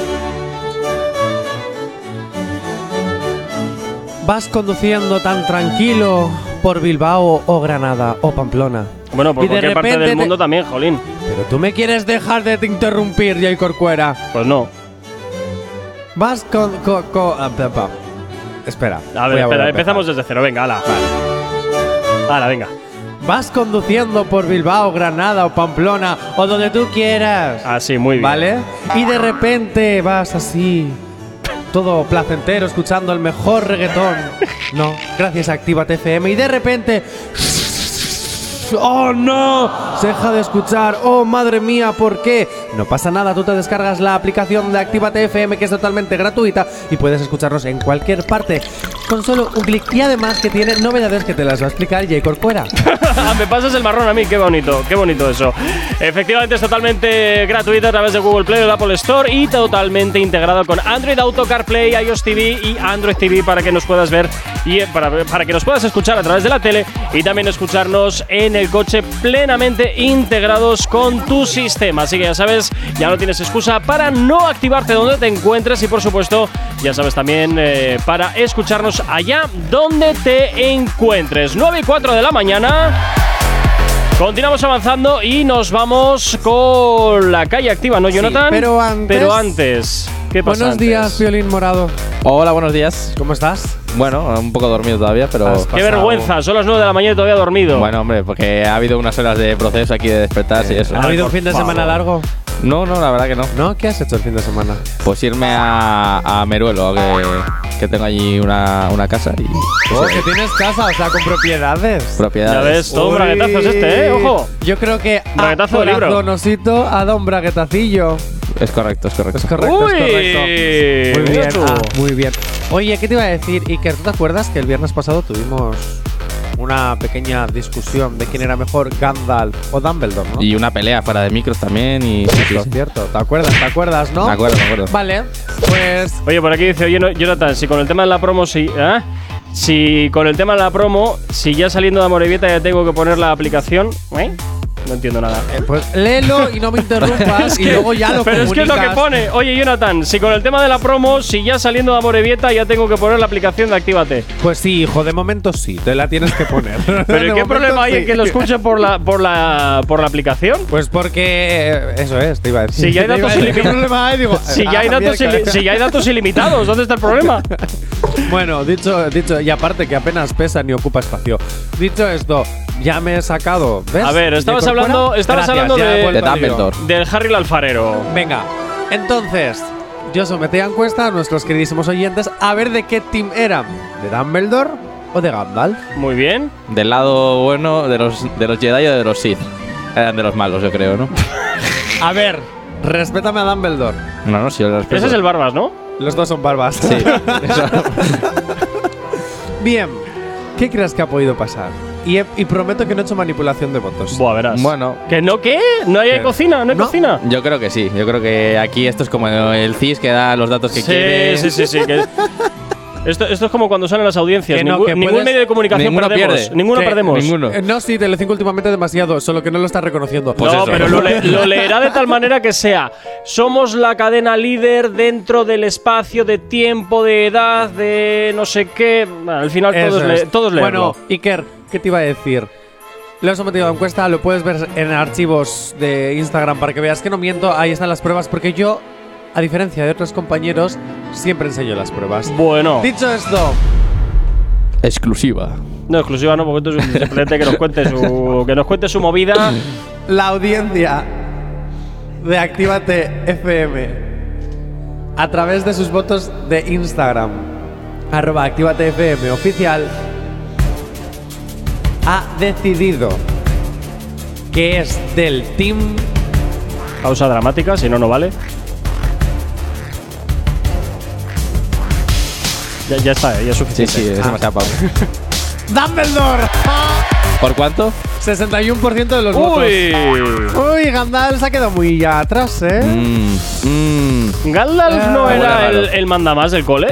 Speaker 3: Vas conduciendo tan tranquilo por Bilbao o Granada o Pamplona.
Speaker 2: Bueno, por
Speaker 3: Y de
Speaker 2: cualquier parte
Speaker 3: repente
Speaker 2: del
Speaker 3: te-
Speaker 2: mundo también, Jolín.
Speaker 3: Pero tú me quieres dejar de te interrumpir, Jay Corcuera.
Speaker 2: Pues no.
Speaker 3: Vas con. co- co- ah, pa- pa. Espera.
Speaker 2: A
Speaker 3: voy
Speaker 2: ver,
Speaker 3: volver
Speaker 2: espera,
Speaker 3: a
Speaker 2: empezamos desde cero. Venga, ala. Ala, venga.
Speaker 3: Vas conduciendo por Bilbao, Granada o Pamplona o donde tú quieras.
Speaker 2: Así, muy bien.
Speaker 3: ¿Vale? Y de repente vas así, todo placentero, escuchando el mejor reggaetón. No, gracias a Actívate FM. Y de repente. ¡Oh no! Se deja de escuchar. ¡Oh madre mía! ¿Por qué? No pasa nada, tú te descargas la aplicación de Actívate FM que es totalmente gratuita y puedes escucharnos en cualquier parte con solo un clic. Y además que tiene novedades que te las va a explicar Jay Corcuera.
Speaker 2: Ah, Me pasas el marrón a mí, qué bonito, qué bonito eso. Efectivamente es totalmente gratuita a través de Google Play o de Apple Store y totalmente integrado con Android Auto CarPlay, iOS TV y Android TV para que nos puedas ver y eh, para, para que nos puedas escuchar a través de la tele y también escucharnos en el coche plenamente integrados con tu sistema. Así que ya sabes, ya no tienes excusa para no activarte donde te encuentres y por supuesto, ya sabes también eh, para escucharnos allá donde te encuentres. 9 y 4 de la mañana. Continuamos avanzando y nos vamos con la calle activa, ¿no, Jonathan?
Speaker 3: pero antes-
Speaker 2: Pero antes, ¿Qué pasa?
Speaker 3: Buenos
Speaker 2: antes?
Speaker 3: días, Violín Morado.
Speaker 6: Hola, buenos días.
Speaker 3: ¿Cómo estás?
Speaker 6: Bueno, un poco dormido todavía, pero.
Speaker 3: Has
Speaker 2: Qué
Speaker 3: pasado.
Speaker 2: vergüenza, son las 9 de la mañana y todavía dormido.
Speaker 6: Bueno, hombre, porque ha habido unas horas de proceso aquí de despertarse y eso.
Speaker 3: ¿Ha habido un fin de
Speaker 2: favor.
Speaker 3: semana largo?
Speaker 6: No, no, la verdad que no.
Speaker 3: ¿No? ¿Qué has hecho el fin de semana?
Speaker 6: Pues irme a, a Meruelo, que, que tengo allí una, una casa y.
Speaker 3: Oh, que tienes casa, o sea, con propiedades.
Speaker 2: ya ves,
Speaker 6: propiedades.
Speaker 2: todo un
Speaker 3: Uy.
Speaker 2: braguetazo es este, ¿eh? Ojo.
Speaker 3: Yo creo que
Speaker 2: Braguetazo de libro.
Speaker 3: Donosito ha dado un braguetacillo.
Speaker 6: Es correcto, es correcto.
Speaker 3: Es correcto,
Speaker 2: Uy,
Speaker 3: es correcto. Muy
Speaker 2: mira
Speaker 3: bien,
Speaker 2: tú.
Speaker 3: ah, muy bien. Oye, ¿qué te iba a decir? Iker, ¿tú te acuerdas que el viernes pasado tuvimos una pequeña discusión de quién era mejor, Gandalf o Dumbledore, no?
Speaker 6: Y una pelea fuera de micros también y. sí, sí,
Speaker 3: Lo
Speaker 6: sí.
Speaker 3: cierto, ¿te acuerdas? ¿Te acuerdas, no?
Speaker 6: Me acuerdo, me acuerdo.
Speaker 3: Vale, pues
Speaker 2: Oye, por aquí dice, oye, no- Jonathan, si con el tema de la promo sí. ¿eh? si con el tema de la promo, si ya saliendo de Amorebieta ya tengo que poner la aplicación, ¿eh? No entiendo nada.
Speaker 3: Pues léelo y no me interrumpas
Speaker 2: Es
Speaker 3: y
Speaker 2: que-
Speaker 3: luego ya lo
Speaker 2: Pero es que es lo que
Speaker 3: comunicas.
Speaker 2: pone. Oye, Jonathan, si con el tema de la promo, si ya saliendo de Amorebieta ya tengo que poner la aplicación de Actívate.
Speaker 3: Pues sí, hijo, de momento sí, te la tienes que poner. De
Speaker 2: Pero ¿qué
Speaker 3: momento
Speaker 2: problema hay
Speaker 3: sí.
Speaker 2: en que lo escuchen por la, por la, por la aplicación?
Speaker 3: Pues porque eh, eso es, te iba a decir.
Speaker 2: Si ya hay
Speaker 3: Te iba
Speaker 2: datos
Speaker 3: a decir, ¿qué
Speaker 2: ilimitados.
Speaker 3: problema hay? Digo,
Speaker 2: Si
Speaker 3: ah,
Speaker 2: ya, hay
Speaker 3: mierda.
Speaker 2: datos ili- si ya hay datos ilimitados, ¿dónde está el problema?
Speaker 3: Bueno, dicho, dicho, y aparte que apenas pesa ni ocupa espacio. Dicho esto, ya me he sacado. ¿ves?
Speaker 2: A ver, estabas
Speaker 3: ¿De corcuera?
Speaker 2: hablando- estabas
Speaker 3: Gracias,
Speaker 2: hablando
Speaker 3: ya
Speaker 2: de-
Speaker 3: vuelvo
Speaker 6: De
Speaker 3: al lío.
Speaker 6: Dumbledore.
Speaker 2: Del Harry el alfarero.
Speaker 3: Venga, entonces, yo sometí a encuesta a nuestros queridísimos oyentes a ver de qué team eran: ¿de Dumbledore o de Gandalf?
Speaker 2: Muy bien.
Speaker 6: Del lado bueno de los, de los Jedi o de los Sith. Eran de los malos, yo creo, ¿no?
Speaker 3: A ver, respétame a Dumbledore.
Speaker 6: No, no, sí, yo lo respeto.
Speaker 2: Ese es el Barbas, ¿no?
Speaker 3: Los dos son barbas.
Speaker 6: Sí. Eso-
Speaker 3: Bien, ¿qué crees que ha podido pasar? Y, he- y prometo que no he hecho manipulación de votos.
Speaker 2: Buah, verás.
Speaker 6: bueno,
Speaker 2: ¿Que no qué? ¿No hay
Speaker 3: ¿Qué?
Speaker 2: cocina? ¿No hay
Speaker 3: No.
Speaker 2: cocina?
Speaker 6: yo creo que sí. Yo creo que aquí esto es como el CIS que da los datos que
Speaker 2: sí,
Speaker 6: quiere.
Speaker 2: sí, sí, sí, que- Esto, esto es como cuando salen las audiencias.
Speaker 3: Que no,
Speaker 2: Ningún-
Speaker 3: que
Speaker 2: ningún
Speaker 3: puedes-
Speaker 2: medio de comunicación
Speaker 6: ninguno
Speaker 2: perdemos.
Speaker 6: pierde.
Speaker 2: Ninguno
Speaker 3: Que-
Speaker 2: perdemos.
Speaker 6: ninguno.
Speaker 3: Eh, No, sí, Telecinco últimamente demasiado, solo que no lo está reconociendo.
Speaker 6: Pues
Speaker 2: no,
Speaker 6: eso.
Speaker 2: pero lo, le- lo leerá de tal manera que sea. Somos la cadena líder dentro del espacio, de tiempo, de edad, de no sé qué. Bueno, al final
Speaker 3: Eso
Speaker 2: todos,
Speaker 3: es.
Speaker 2: le- todos leerlo.
Speaker 3: Bueno, Iker, ¿qué te iba a decir? Lo he sometido a encuesta, lo puedes ver en archivos de Instagram para que veas que no miento, ahí están las pruebas, porque yo, a diferencia de otros compañeros, siempre enseño las pruebas.
Speaker 2: Bueno,
Speaker 3: Dicho esto,
Speaker 6: Exclusiva.
Speaker 2: no exclusiva no, porque esto es un simplemente que nos cuente su que nos cuente su movida.
Speaker 3: la audiencia de Actívate FM a través de sus votos de Instagram, arroba Actívate FM oficial, ha decidido que es del team
Speaker 2: Pausa dramática, si no no vale. Ya, ya está, eh, ya es
Speaker 6: Sí,
Speaker 2: suficiente.
Speaker 6: sí, es demasiado pavo.
Speaker 3: Dumbledore.
Speaker 6: ¿Por cuánto?
Speaker 3: 61% de los
Speaker 2: Uy,
Speaker 3: votos. Uy, Gandalf se ha quedado muy ya atrás, ¿eh?
Speaker 6: Mm, mm.
Speaker 2: Gandalf no
Speaker 6: Ah,
Speaker 2: era
Speaker 6: bueno,
Speaker 2: el,
Speaker 6: claro.
Speaker 2: el mandamás del cole.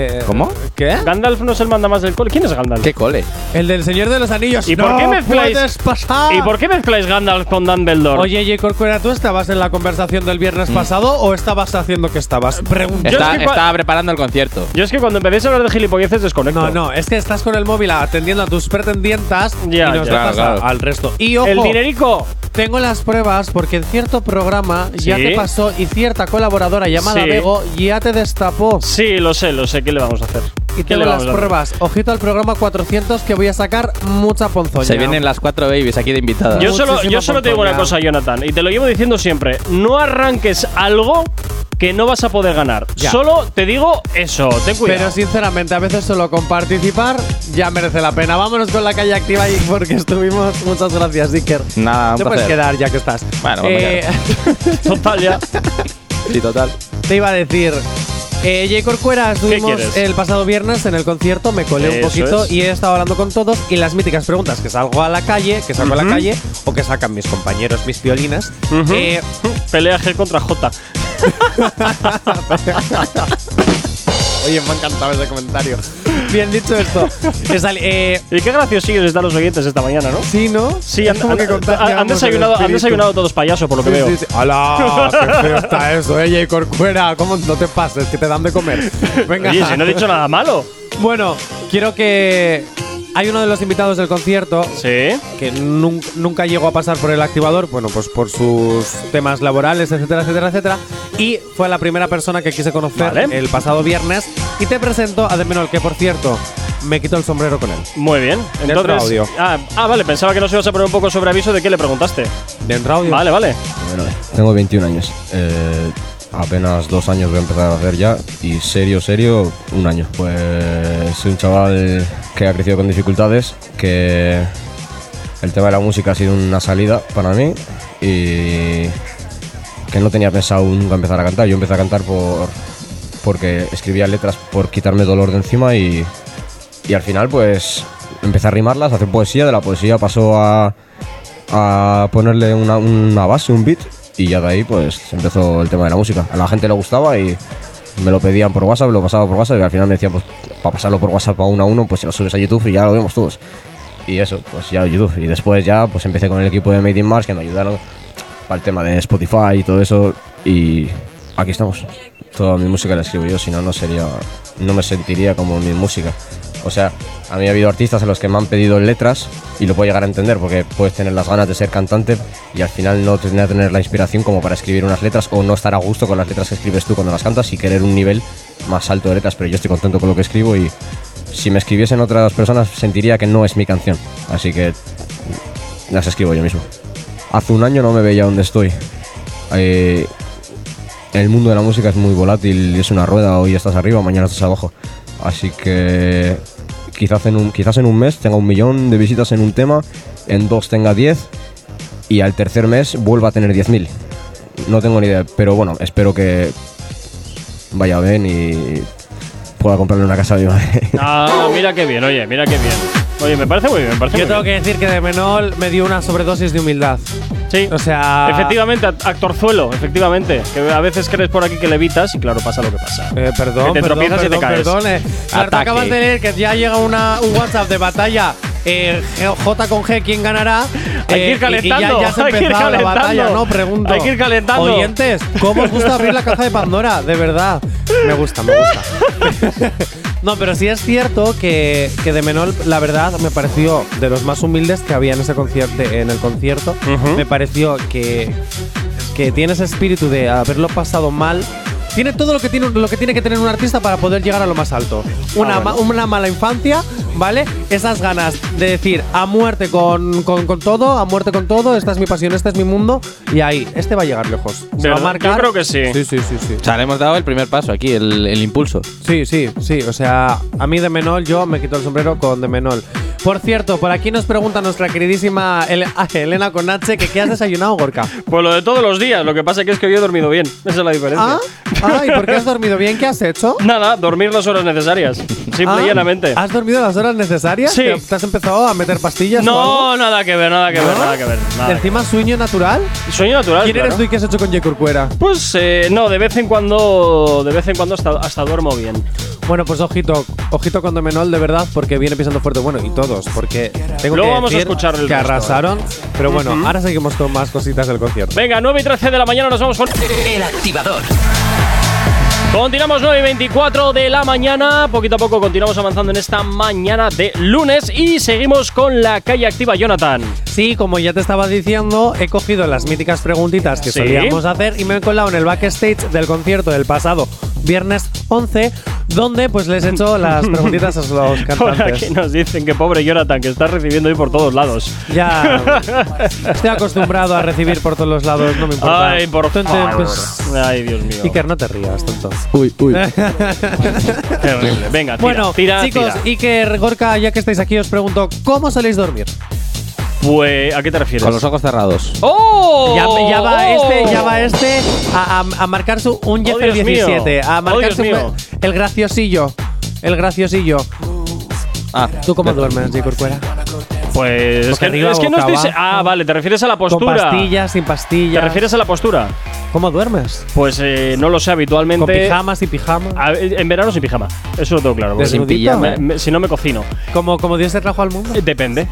Speaker 3: Eh,
Speaker 6: ¿Cómo?
Speaker 3: ¿Qué?
Speaker 2: Gandalf no es el mandamás del cole. ¿Quién es Gandalf?
Speaker 6: ¿Qué cole?
Speaker 3: El del Señor de los Anillos.
Speaker 2: ¿Y por
Speaker 3: ¡No
Speaker 2: qué mezcláis-
Speaker 3: puedes pasar!
Speaker 2: ¿Y por qué mezcláis Gandalf con Dumbledore?
Speaker 3: Oye, J. Corcuera, ¿tú estabas en la conversación del
Speaker 2: Mm.
Speaker 3: viernes pasado o estabas haciendo que estabas? Pregunta.
Speaker 2: Yo
Speaker 6: Está,
Speaker 2: es que cua-
Speaker 6: estaba preparando el concierto.
Speaker 2: Yo es que cuando empecéis a hablar de gilipolleces desconecto.
Speaker 3: No, no, es que estás con el móvil atendiendo a tus pretendientas
Speaker 2: Ya,
Speaker 3: y nos
Speaker 2: ya.
Speaker 3: dejas
Speaker 6: Claro, claro.
Speaker 3: a- al resto. Y ojo,
Speaker 2: El dinerico.
Speaker 3: tengo las pruebas porque en cierto programa ya
Speaker 2: Sí.
Speaker 3: te pasó y cierta colaboradora llamada
Speaker 2: Sí.
Speaker 3: Bego ya te destapó.
Speaker 2: Sí, lo sé, lo sé. ¿Qué le vamos a hacer?
Speaker 3: Y
Speaker 2: ¿Qué
Speaker 3: tengo
Speaker 2: le
Speaker 3: las
Speaker 2: vamos a hacer?
Speaker 3: pruebas. Ojito al programa 400 que voy a sacar mucha ponzoña.
Speaker 6: Se vienen las cuatro babies aquí de invitadas.
Speaker 2: Yo solo,
Speaker 3: Muchísima
Speaker 2: yo solo te digo una
Speaker 3: ponzoña.
Speaker 2: cosa, Jonathan, y te lo llevo diciendo siempre. No arranques algo que no vas a poder ganar.
Speaker 3: Ya.
Speaker 2: Solo te digo eso. Ten
Speaker 3: Pero
Speaker 2: cuidado.
Speaker 3: sinceramente, a veces solo con participar ya merece la pena. Vámonos con la calle activa y porque estuvimos. Muchas gracias, Iker.
Speaker 6: Nada, un
Speaker 3: Te puedes
Speaker 6: placer.
Speaker 3: quedar ya que estás.
Speaker 6: Bueno, vamos
Speaker 3: Eh,
Speaker 2: Total, ya.
Speaker 6: Sí, total.
Speaker 3: te iba a decir. Eh, Jay Corcuera, estuvimos
Speaker 2: quieres?
Speaker 3: el pasado viernes en el concierto, me colé un
Speaker 2: Eso
Speaker 3: poquito
Speaker 2: es.
Speaker 3: y he estado hablando con todos y las míticas preguntas que salgo a la calle, que salgo a la calle o que sacan mis compañeros, mis violinas.
Speaker 2: Ujú.
Speaker 3: eh,
Speaker 2: Pelea G contra J.
Speaker 3: Oye, me ha encantado ese comentario. Bien dicho esto. Es al- eh,
Speaker 2: Y qué graciosos están los oyentes esta mañana, ¿no?
Speaker 3: sí, ¿no?
Speaker 2: Sí,
Speaker 3: Es
Speaker 2: han,
Speaker 3: como
Speaker 2: han-
Speaker 3: que contagiamos
Speaker 2: han
Speaker 3: el
Speaker 2: desayunado, han
Speaker 3: espíritu.
Speaker 2: desayunado todos payaso, por lo que
Speaker 3: Sí,
Speaker 2: veo.
Speaker 3: sí, sí. ¡Hala! ¡Qué feo está eso, eh, Jay Corcuera! ¿Cómo no te pases? Que te dan de comer. Venga.
Speaker 2: Oye, si no he dicho nada malo.
Speaker 3: Bueno, quiero que. Hay uno de los invitados del concierto
Speaker 2: Sí.
Speaker 3: que nun- nunca llegó a pasar por el activador, bueno, pues por sus temas laborales, etcétera, etcétera, etcétera. Y fue la primera persona que quise conocer
Speaker 2: Vale.
Speaker 3: el pasado viernes. Y te presento a De Menor, que por cierto, me quito el sombrero con él.
Speaker 2: Muy bien.
Speaker 3: Dentro
Speaker 2: Entonces.
Speaker 3: audio.
Speaker 2: Ah, ah, vale, pensaba que nos ibas a poner un poco sobre aviso de qué le preguntaste.
Speaker 3: Dentro audio.
Speaker 2: Vale, vale.
Speaker 7: Bueno, tengo 21 años. Eh, apenas dos años voy a empezar a hacer ya. Y serio, serio, un año. Pues soy un chaval que ha crecido con dificultades, que el tema de la música ha sido una salida para mí y que no tenía pensado nunca empezar a cantar. Yo empecé a cantar por porque escribía letras por quitarme dolor de encima y, y al final pues empecé a rimarlas, a hacer poesía, de la poesía pasó a, a ponerle una, una base, un beat y ya de ahí pues empezó el tema de la música. A la gente le gustaba y me lo pedían por WhatsApp, me lo pasaba por WhatsApp y al final me decían, pues para pasarlo por WhatsApp a uno a uno, pues si lo subes a YouTube y ya lo vemos todos. Y eso, pues ya YouTube. Y después ya pues empecé con el equipo de Made in Mars que me ayudaron para el tema de Spotify y todo eso. Y aquí estamos. Toda mi música la escribo yo, si no, no sería. No me sentiría como mi música. O sea, a mí ha habido artistas a los que me han pedido letras y lo puedo llegar a entender porque puedes tener las ganas de ser cantante y al final no tener, tener la inspiración como para escribir unas letras o no estar a gusto con las letras que escribes tú cuando las cantas y querer un nivel más alto de letras, pero yo estoy contento con lo que escribo y si me escribiesen otras personas sentiría que no es mi canción. Así que las escribo yo mismo. Hace un año no me veía donde estoy. Eh, el mundo de la música es muy volátil, es una rueda, hoy estás arriba, mañana estás abajo. Así que quizás en un, quizás en un mes tenga un millón de visitas en un tema, en dos tenga 10 y al tercer mes vuelva a tener 10.000. No tengo ni idea, pero bueno, espero que vaya bien y pueda comprarle una casa a mi madre.
Speaker 2: Ah, mira qué bien, oye, mira qué bien. Oye, me parece muy bien, me parece
Speaker 3: Yo
Speaker 2: muy
Speaker 3: tengo que
Speaker 2: bien.
Speaker 3: decir que de menor me dio una sobredosis de humildad.
Speaker 2: Sí,
Speaker 3: O sea.
Speaker 2: efectivamente, act- actorzuelo, efectivamente. Que a veces crees por aquí que levitas y claro, pasa lo que pasa.
Speaker 3: Eh, perdón,
Speaker 2: Que te
Speaker 3: perdón,
Speaker 2: tropiezas y te
Speaker 3: perdón,
Speaker 2: caes.
Speaker 3: perdón, eh. Claro, te
Speaker 6: Ataque.
Speaker 3: acabas de leer que ya llega una, un WhatsApp de batalla. eh, G- J con G, ¿quién ganará?
Speaker 2: Hay que
Speaker 3: Eh,
Speaker 2: ir
Speaker 3: y- y ya-
Speaker 2: calentando,
Speaker 3: ya, se ha
Speaker 2: hay que ir
Speaker 3: empezado la
Speaker 2: calentando.
Speaker 3: batalla, ¿no? Pregunto.
Speaker 2: Hay que ir calentando.
Speaker 3: Oyentes, ¿cómo os gusta abrir la caja de Pandora? De verdad. Me gusta, me gusta. No, pero sí es cierto que, que de menor, la verdad, me pareció de los más humildes que había en ese concierto, en el concierto. Me pareció que, que tiene ese espíritu de haberlo pasado mal. Tiene todo lo que tiene, lo que tiene que tener un artista para poder llegar a lo más alto. Una,
Speaker 2: Ah,
Speaker 3: ma- una mala infancia, ¿vale? Esas ganas de decir a muerte con, con- con todo, a muerte con todo, esta es mi pasión, este es mi mundo, y ahí, este va a llegar lejos. Se va a
Speaker 2: ¿Verdad?
Speaker 3: marcar.
Speaker 2: Yo creo que sí.
Speaker 3: Sí, sí, sí, sí.
Speaker 6: O sea, le hemos dado el primer paso aquí, el, el impulso.
Speaker 3: Sí, sí, sí. O sea, a mí de Menol, yo me quito el sombrero con de Menol. Por cierto, por aquí nos pregunta nuestra queridísima Ele- ah, Elena Conache que qué has desayunado, Gorka.
Speaker 2: Pues lo de todos los días, lo que pasa que es que hoy he dormido bien. Esa es la diferencia.
Speaker 3: ¿Ah? ah, ¿y por qué has dormido bien? ¿Qué has hecho?
Speaker 2: Nada, dormir las horas necesarias. Simple
Speaker 3: Ah,
Speaker 2: y llanamente.
Speaker 3: ¿Has dormido las horas necesarias?
Speaker 2: Sí.
Speaker 3: ¿Te- ¿Te has empezado a meter pastillas? o algo?
Speaker 2: No, nada que ver, nada que ver,
Speaker 3: ¿No?
Speaker 2: nada que ver. nada que ver.
Speaker 3: Encima sueño natural.
Speaker 2: Sueño natural.
Speaker 3: ¿Quién eres
Speaker 2: claro.
Speaker 3: tú y qué has hecho con Yecurcuera?
Speaker 2: Pues eh, no, de vez en cuando, de vez en cuando hasta, hasta duermo bien.
Speaker 3: Bueno, pues ojito, ojito con Domenol de verdad, porque viene pisando fuerte. Bueno, y todos, porque tengo
Speaker 2: Luego
Speaker 3: que
Speaker 2: vamos a
Speaker 3: decir
Speaker 2: escuchar el resto,
Speaker 3: que
Speaker 2: ¿eh?
Speaker 3: arrasaron. Pero bueno, ahora seguimos con más cositas del concierto.
Speaker 2: Venga, 9 y 13 de la mañana nos vamos con.
Speaker 1: El activador.
Speaker 2: Continuamos 9 y 24 de la mañana. Poquito a poco continuamos avanzando en esta mañana de lunes y seguimos con la calle activa, Jonathan.
Speaker 3: Sí, como ya te estaba diciendo, he cogido las míticas preguntitas que
Speaker 2: Sí.
Speaker 3: solíamos hacer y me he colado en el backstage del concierto del pasado viernes 11, donde pues les he hecho las preguntitas a los
Speaker 2: Por aquí
Speaker 3: cantantes.
Speaker 2: nos dicen que pobre Jonathan, que está recibiendo hoy por todos lados.
Speaker 3: Ya estoy acostumbrado a recibir por todos los lados, no me importa.
Speaker 2: Ay, por
Speaker 3: Entonces,
Speaker 2: favor.
Speaker 3: pues,
Speaker 2: Ay, Dios mío.
Speaker 3: Iker, no te rías, tonto.
Speaker 6: Uy, uy.
Speaker 2: Terrible. Venga, tira,
Speaker 3: bueno,
Speaker 2: tira,
Speaker 3: chicos,
Speaker 2: tira.
Speaker 3: Iker, Gorka, ya que estáis aquí, os pregunto, ¿cómo soléis dormir?
Speaker 2: Pues, ¿a qué te refieres?
Speaker 6: Con los ojos cerrados.
Speaker 2: ¡Oh!
Speaker 3: Ya, ya va
Speaker 2: ¡Oh!
Speaker 3: este, ya va este a, a- a marcar su un Jeffer
Speaker 2: Dios mío.
Speaker 3: 17, a
Speaker 2: Oh,
Speaker 3: marcar
Speaker 2: Dios
Speaker 3: su-
Speaker 2: mío.
Speaker 3: el graciosillo, el graciosillo.
Speaker 6: Ah,
Speaker 3: ¿Tú cómo duermes, J. Corcuera?
Speaker 2: Pues es
Speaker 3: Boca
Speaker 2: que,
Speaker 3: arriba,
Speaker 2: es que no
Speaker 3: boca
Speaker 2: estoy. se-
Speaker 3: abajo.
Speaker 2: Ah, vale, te refieres a la
Speaker 3: Con
Speaker 2: postura.
Speaker 3: pastillas, sin pastillas.
Speaker 2: ¿Te refieres a la postura?
Speaker 3: ¿Cómo duermes?
Speaker 2: Pues eh, no lo sé habitualmente.
Speaker 3: Con pijamas y pijama.
Speaker 2: A- en verano sin pijama. Eso lo tengo claro. porque
Speaker 3: Desnudito.
Speaker 6: sin pijama.
Speaker 2: me- me- si no me cocino.
Speaker 3: Como, como Dios te trajo al mundo.
Speaker 2: Eh, Depende.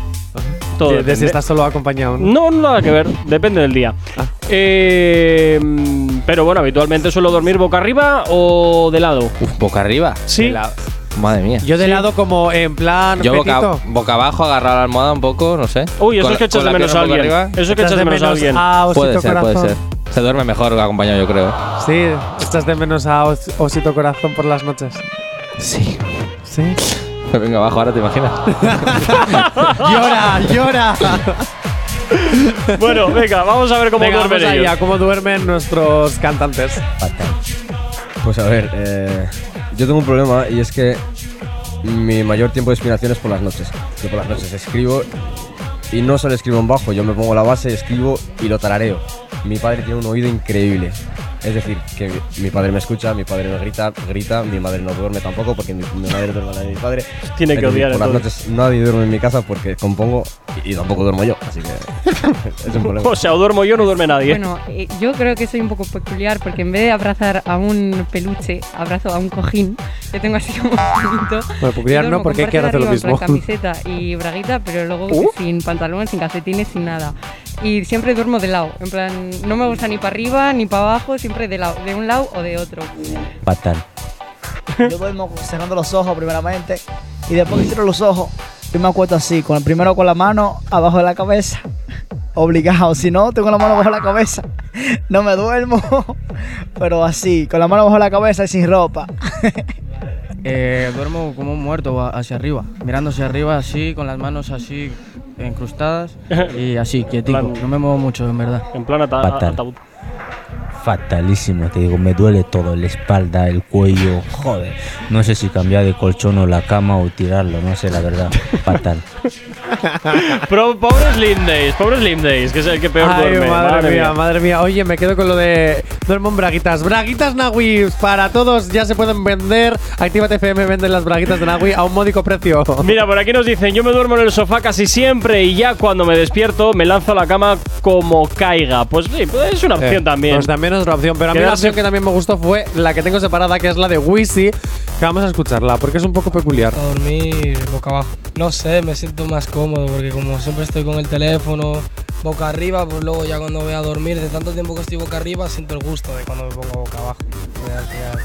Speaker 2: Todo
Speaker 3: De, de
Speaker 2: depende.
Speaker 3: si estás solo acompañado. o no.
Speaker 2: No, no, nada que ver. Depende del día. Eh, mm, pero bueno, habitualmente suelo dormir boca arriba o de lado.
Speaker 6: Uf, boca arriba.
Speaker 2: Sí.
Speaker 6: Madre mía.
Speaker 3: Yo de lado como en plan
Speaker 6: Yo boca,
Speaker 3: petito.
Speaker 6: boca abajo, agarrar la almohada un poco, no sé.
Speaker 2: Uy, eso
Speaker 6: Con
Speaker 2: es que
Speaker 6: la-
Speaker 2: echas
Speaker 6: con
Speaker 2: de
Speaker 6: la
Speaker 2: menos a
Speaker 6: pierna un poco
Speaker 2: alguien.
Speaker 6: arriba.
Speaker 2: Eso es que echas de menos a alguien.
Speaker 3: a Ah, Osito
Speaker 6: Puede ser,
Speaker 3: Corazón.
Speaker 6: puede ser. Se duerme mejor acompañado, yo creo.
Speaker 3: Sí, estás de menos a Os- Osito Corazón por las noches.
Speaker 6: Sí.
Speaker 3: Sí.
Speaker 6: Me vengo abajo ahora, ¿te imaginas?
Speaker 3: llora, llora.
Speaker 2: bueno, venga, vamos a ver cómo
Speaker 3: Venga,
Speaker 2: duermen
Speaker 3: vamos
Speaker 2: ellos.
Speaker 3: allá, cómo duermen nuestros cantantes.
Speaker 7: Pues a ver, eh, yo tengo un problema y es que mi mayor tiempo de inspiración es por las noches. Yo por las noches escribo y no solo escribo en bajo, yo me pongo la base, escribo y lo tarareo. Mi padre tiene un oído increíble. Es decir, que mi- mi padre me escucha, mi padre no grita, grita, mi madre no duerme tampoco porque mi, mi madre duerme a la de mi padre.
Speaker 2: Tiene que
Speaker 7: Es decir,
Speaker 2: odiar
Speaker 7: Por las
Speaker 2: entonces.
Speaker 7: noches nadie duerme en mi casa porque compongo y, y tampoco duermo yo, así que es un problema.
Speaker 2: O sea, o duermo yo no duerme nadie.
Speaker 8: Bueno, eh, yo creo que soy un poco peculiar porque en vez de abrazar a un peluche, abrazo a un cojín. Yo tengo así como un poquito.
Speaker 3: Bueno, peculiar
Speaker 8: Yo
Speaker 3: no,
Speaker 8: duermo
Speaker 3: porque hay
Speaker 8: con
Speaker 3: que
Speaker 8: parte
Speaker 3: hacer lo
Speaker 8: de arriba, en
Speaker 3: mismo.
Speaker 8: plan camiseta y braguita, pero luego
Speaker 2: ¿Uh?
Speaker 8: sin pantalón, sin calcetines, sin nada. Y siempre duermo de lado. En plan, no me gusta ni para arriba ni para abajo, siempre de lado, de un lado o de otro.
Speaker 9: Fatal.
Speaker 10: Yo duermo cerrando los ojos primeramente y después que cierro los ojos, yo me acuesto así, con primero con la mano abajo de la cabeza, obligado. Si no, tengo la mano bajo la cabeza, no me duermo, pero así, con la mano bajo la cabeza y sin ropa.
Speaker 11: Eh, duermo como un muerto a- hacia arriba, mirando hacia arriba así, con las manos así encrustadas y así, quietico.
Speaker 2: Plan-
Speaker 11: No me muevo mucho, en verdad.
Speaker 2: En plan ata-
Speaker 9: Fatal.
Speaker 2: ataúd.
Speaker 9: Fatalísimo, te digo, me duele todo, la espalda, el cuello, joder. No sé si cambiar de colchón o la cama o tirarlo, no sé, la verdad. Fatal.
Speaker 2: Pro- pobres Lindays, pobres Lindays, que es el que peor
Speaker 3: Ay,
Speaker 2: duerme.
Speaker 3: madre, mía,
Speaker 2: mía.
Speaker 3: madre mía. Oye, me quedo con lo de duermo en braguitas. Braguitas Nawi para todos, ya se pueden vender. Actívate FM venden las braguitas de Nawi a un módico precio.
Speaker 2: Mira, por aquí nos dicen, yo me duermo en el sofá casi siempre y ya cuando me despierto me lanzo a la cama como caiga. Pues sí, pues es una opción
Speaker 3: Eh,
Speaker 2: también.
Speaker 3: Pues también es una opción, pero a mí la
Speaker 2: Quedarse-
Speaker 3: opción que también me gustó fue la que tengo separada, que es la de Wisi, que vamos a escucharla porque es un poco peculiar.
Speaker 11: A dormir boca abajo. No sé, me siento más cómodo porque como siempre estoy con el teléfono boca arriba, pues luego ya cuando voy a dormir, de tanto tiempo que estoy boca arriba, siento el gusto de cuando me pongo boca abajo. Me da- me da-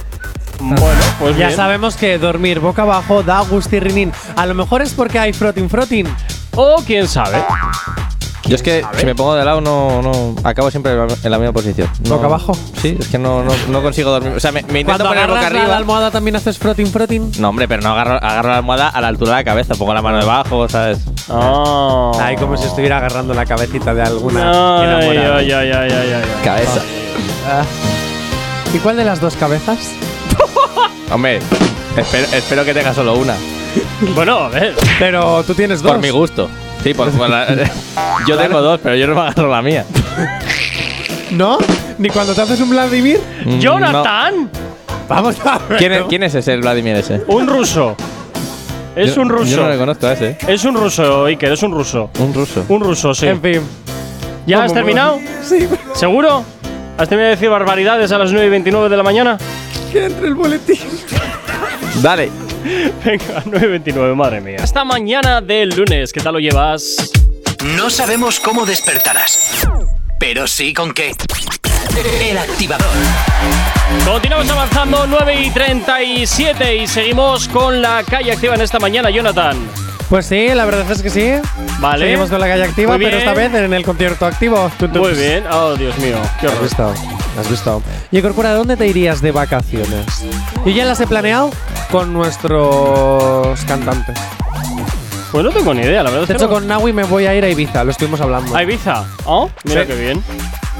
Speaker 2: bueno, pues
Speaker 3: Ya
Speaker 2: bien.
Speaker 3: sabemos que dormir boca abajo da gustirrinín. A lo mejor es porque hay frotin frotin.
Speaker 2: O quién sabe.
Speaker 6: Yo es que si me pongo de lado no, no acabo siempre en la- en la misma posición. No-
Speaker 3: ¿Boca abajo?
Speaker 6: Sí, es que no, no, no consigo dormir. O sea, me, me intento
Speaker 3: Cuando
Speaker 6: poner boca
Speaker 3: agarras la, la
Speaker 6: arriba.
Speaker 3: almohada también haces frotin frotin.
Speaker 6: No, hombre, pero no agarro, agarro la almohada a la altura de la cabeza, pongo la mano debajo, ¿sabes?
Speaker 2: Ah.
Speaker 3: Ay, como si estuviera agarrando la cabecita de alguna
Speaker 2: Ay,
Speaker 3: enamorada.
Speaker 2: ay, ay, ay, ay, ay.
Speaker 6: Cabeza.
Speaker 3: ¿Y cuál de las dos cabezas?
Speaker 6: Hombre, espero, espero que tenga solo una.
Speaker 2: Bueno, a ver.
Speaker 3: Pero tú tienes dos.
Speaker 6: Por mi gusto. Sí, por, por la- yo tengo dos, pero yo no me agarro la mía.
Speaker 3: ¿No? ¿Ni cuando te haces un Vladimir?
Speaker 6: Mm,
Speaker 2: ¡Jonathan!
Speaker 3: Vamos a
Speaker 6: no.
Speaker 3: ver.
Speaker 6: ¿Quién, es- quién es ese, el Vladimir ese?
Speaker 2: Un ruso. Es
Speaker 6: Yo-
Speaker 2: un ruso.
Speaker 6: Yo no le conozco a ese. ¿eh?
Speaker 2: es un ruso, Iker, es un ruso.
Speaker 6: Un ruso.
Speaker 2: Un ruso, sí.
Speaker 3: En fin.
Speaker 2: ¿Ya has
Speaker 3: ¿Cómo?
Speaker 2: terminado?
Speaker 3: Sí,
Speaker 2: ¿Seguro? ¿Has terminado de decir barbaridades a las 9 y 29 de la mañana?
Speaker 3: que entre el boletín.
Speaker 6: Dale.
Speaker 2: Venga, 9 y 29, madre mía. Hasta mañana del lunes, ¿qué tal lo llevas?
Speaker 1: No sabemos cómo despertarás, pero sí con qué. El activador.
Speaker 2: Continuamos avanzando, 9 y 37 y seguimos con la calle activa en esta mañana, Jonathan.
Speaker 3: Pues sí, la verdad es que sí.
Speaker 2: Vale.
Speaker 3: Seguimos con la calle activa,
Speaker 2: Muy
Speaker 3: pero
Speaker 2: bien.
Speaker 3: esta vez en el concierto activo.
Speaker 2: Muy bien. Oh, Dios mío. Qué
Speaker 3: Has
Speaker 2: horror.
Speaker 3: visto, has visto. Y Corcura, ¿a dónde te irías de vacaciones? Yo ya las he planeado con nuestros cantantes.
Speaker 2: Pues no tengo ni idea, la verdad.
Speaker 3: De
Speaker 2: es que
Speaker 3: hecho,
Speaker 2: no.
Speaker 3: con Nawi me voy a ir a Ibiza, lo estuvimos hablando.
Speaker 2: A Ibiza. ¿Oh? Mira
Speaker 3: Sí.
Speaker 2: qué bien.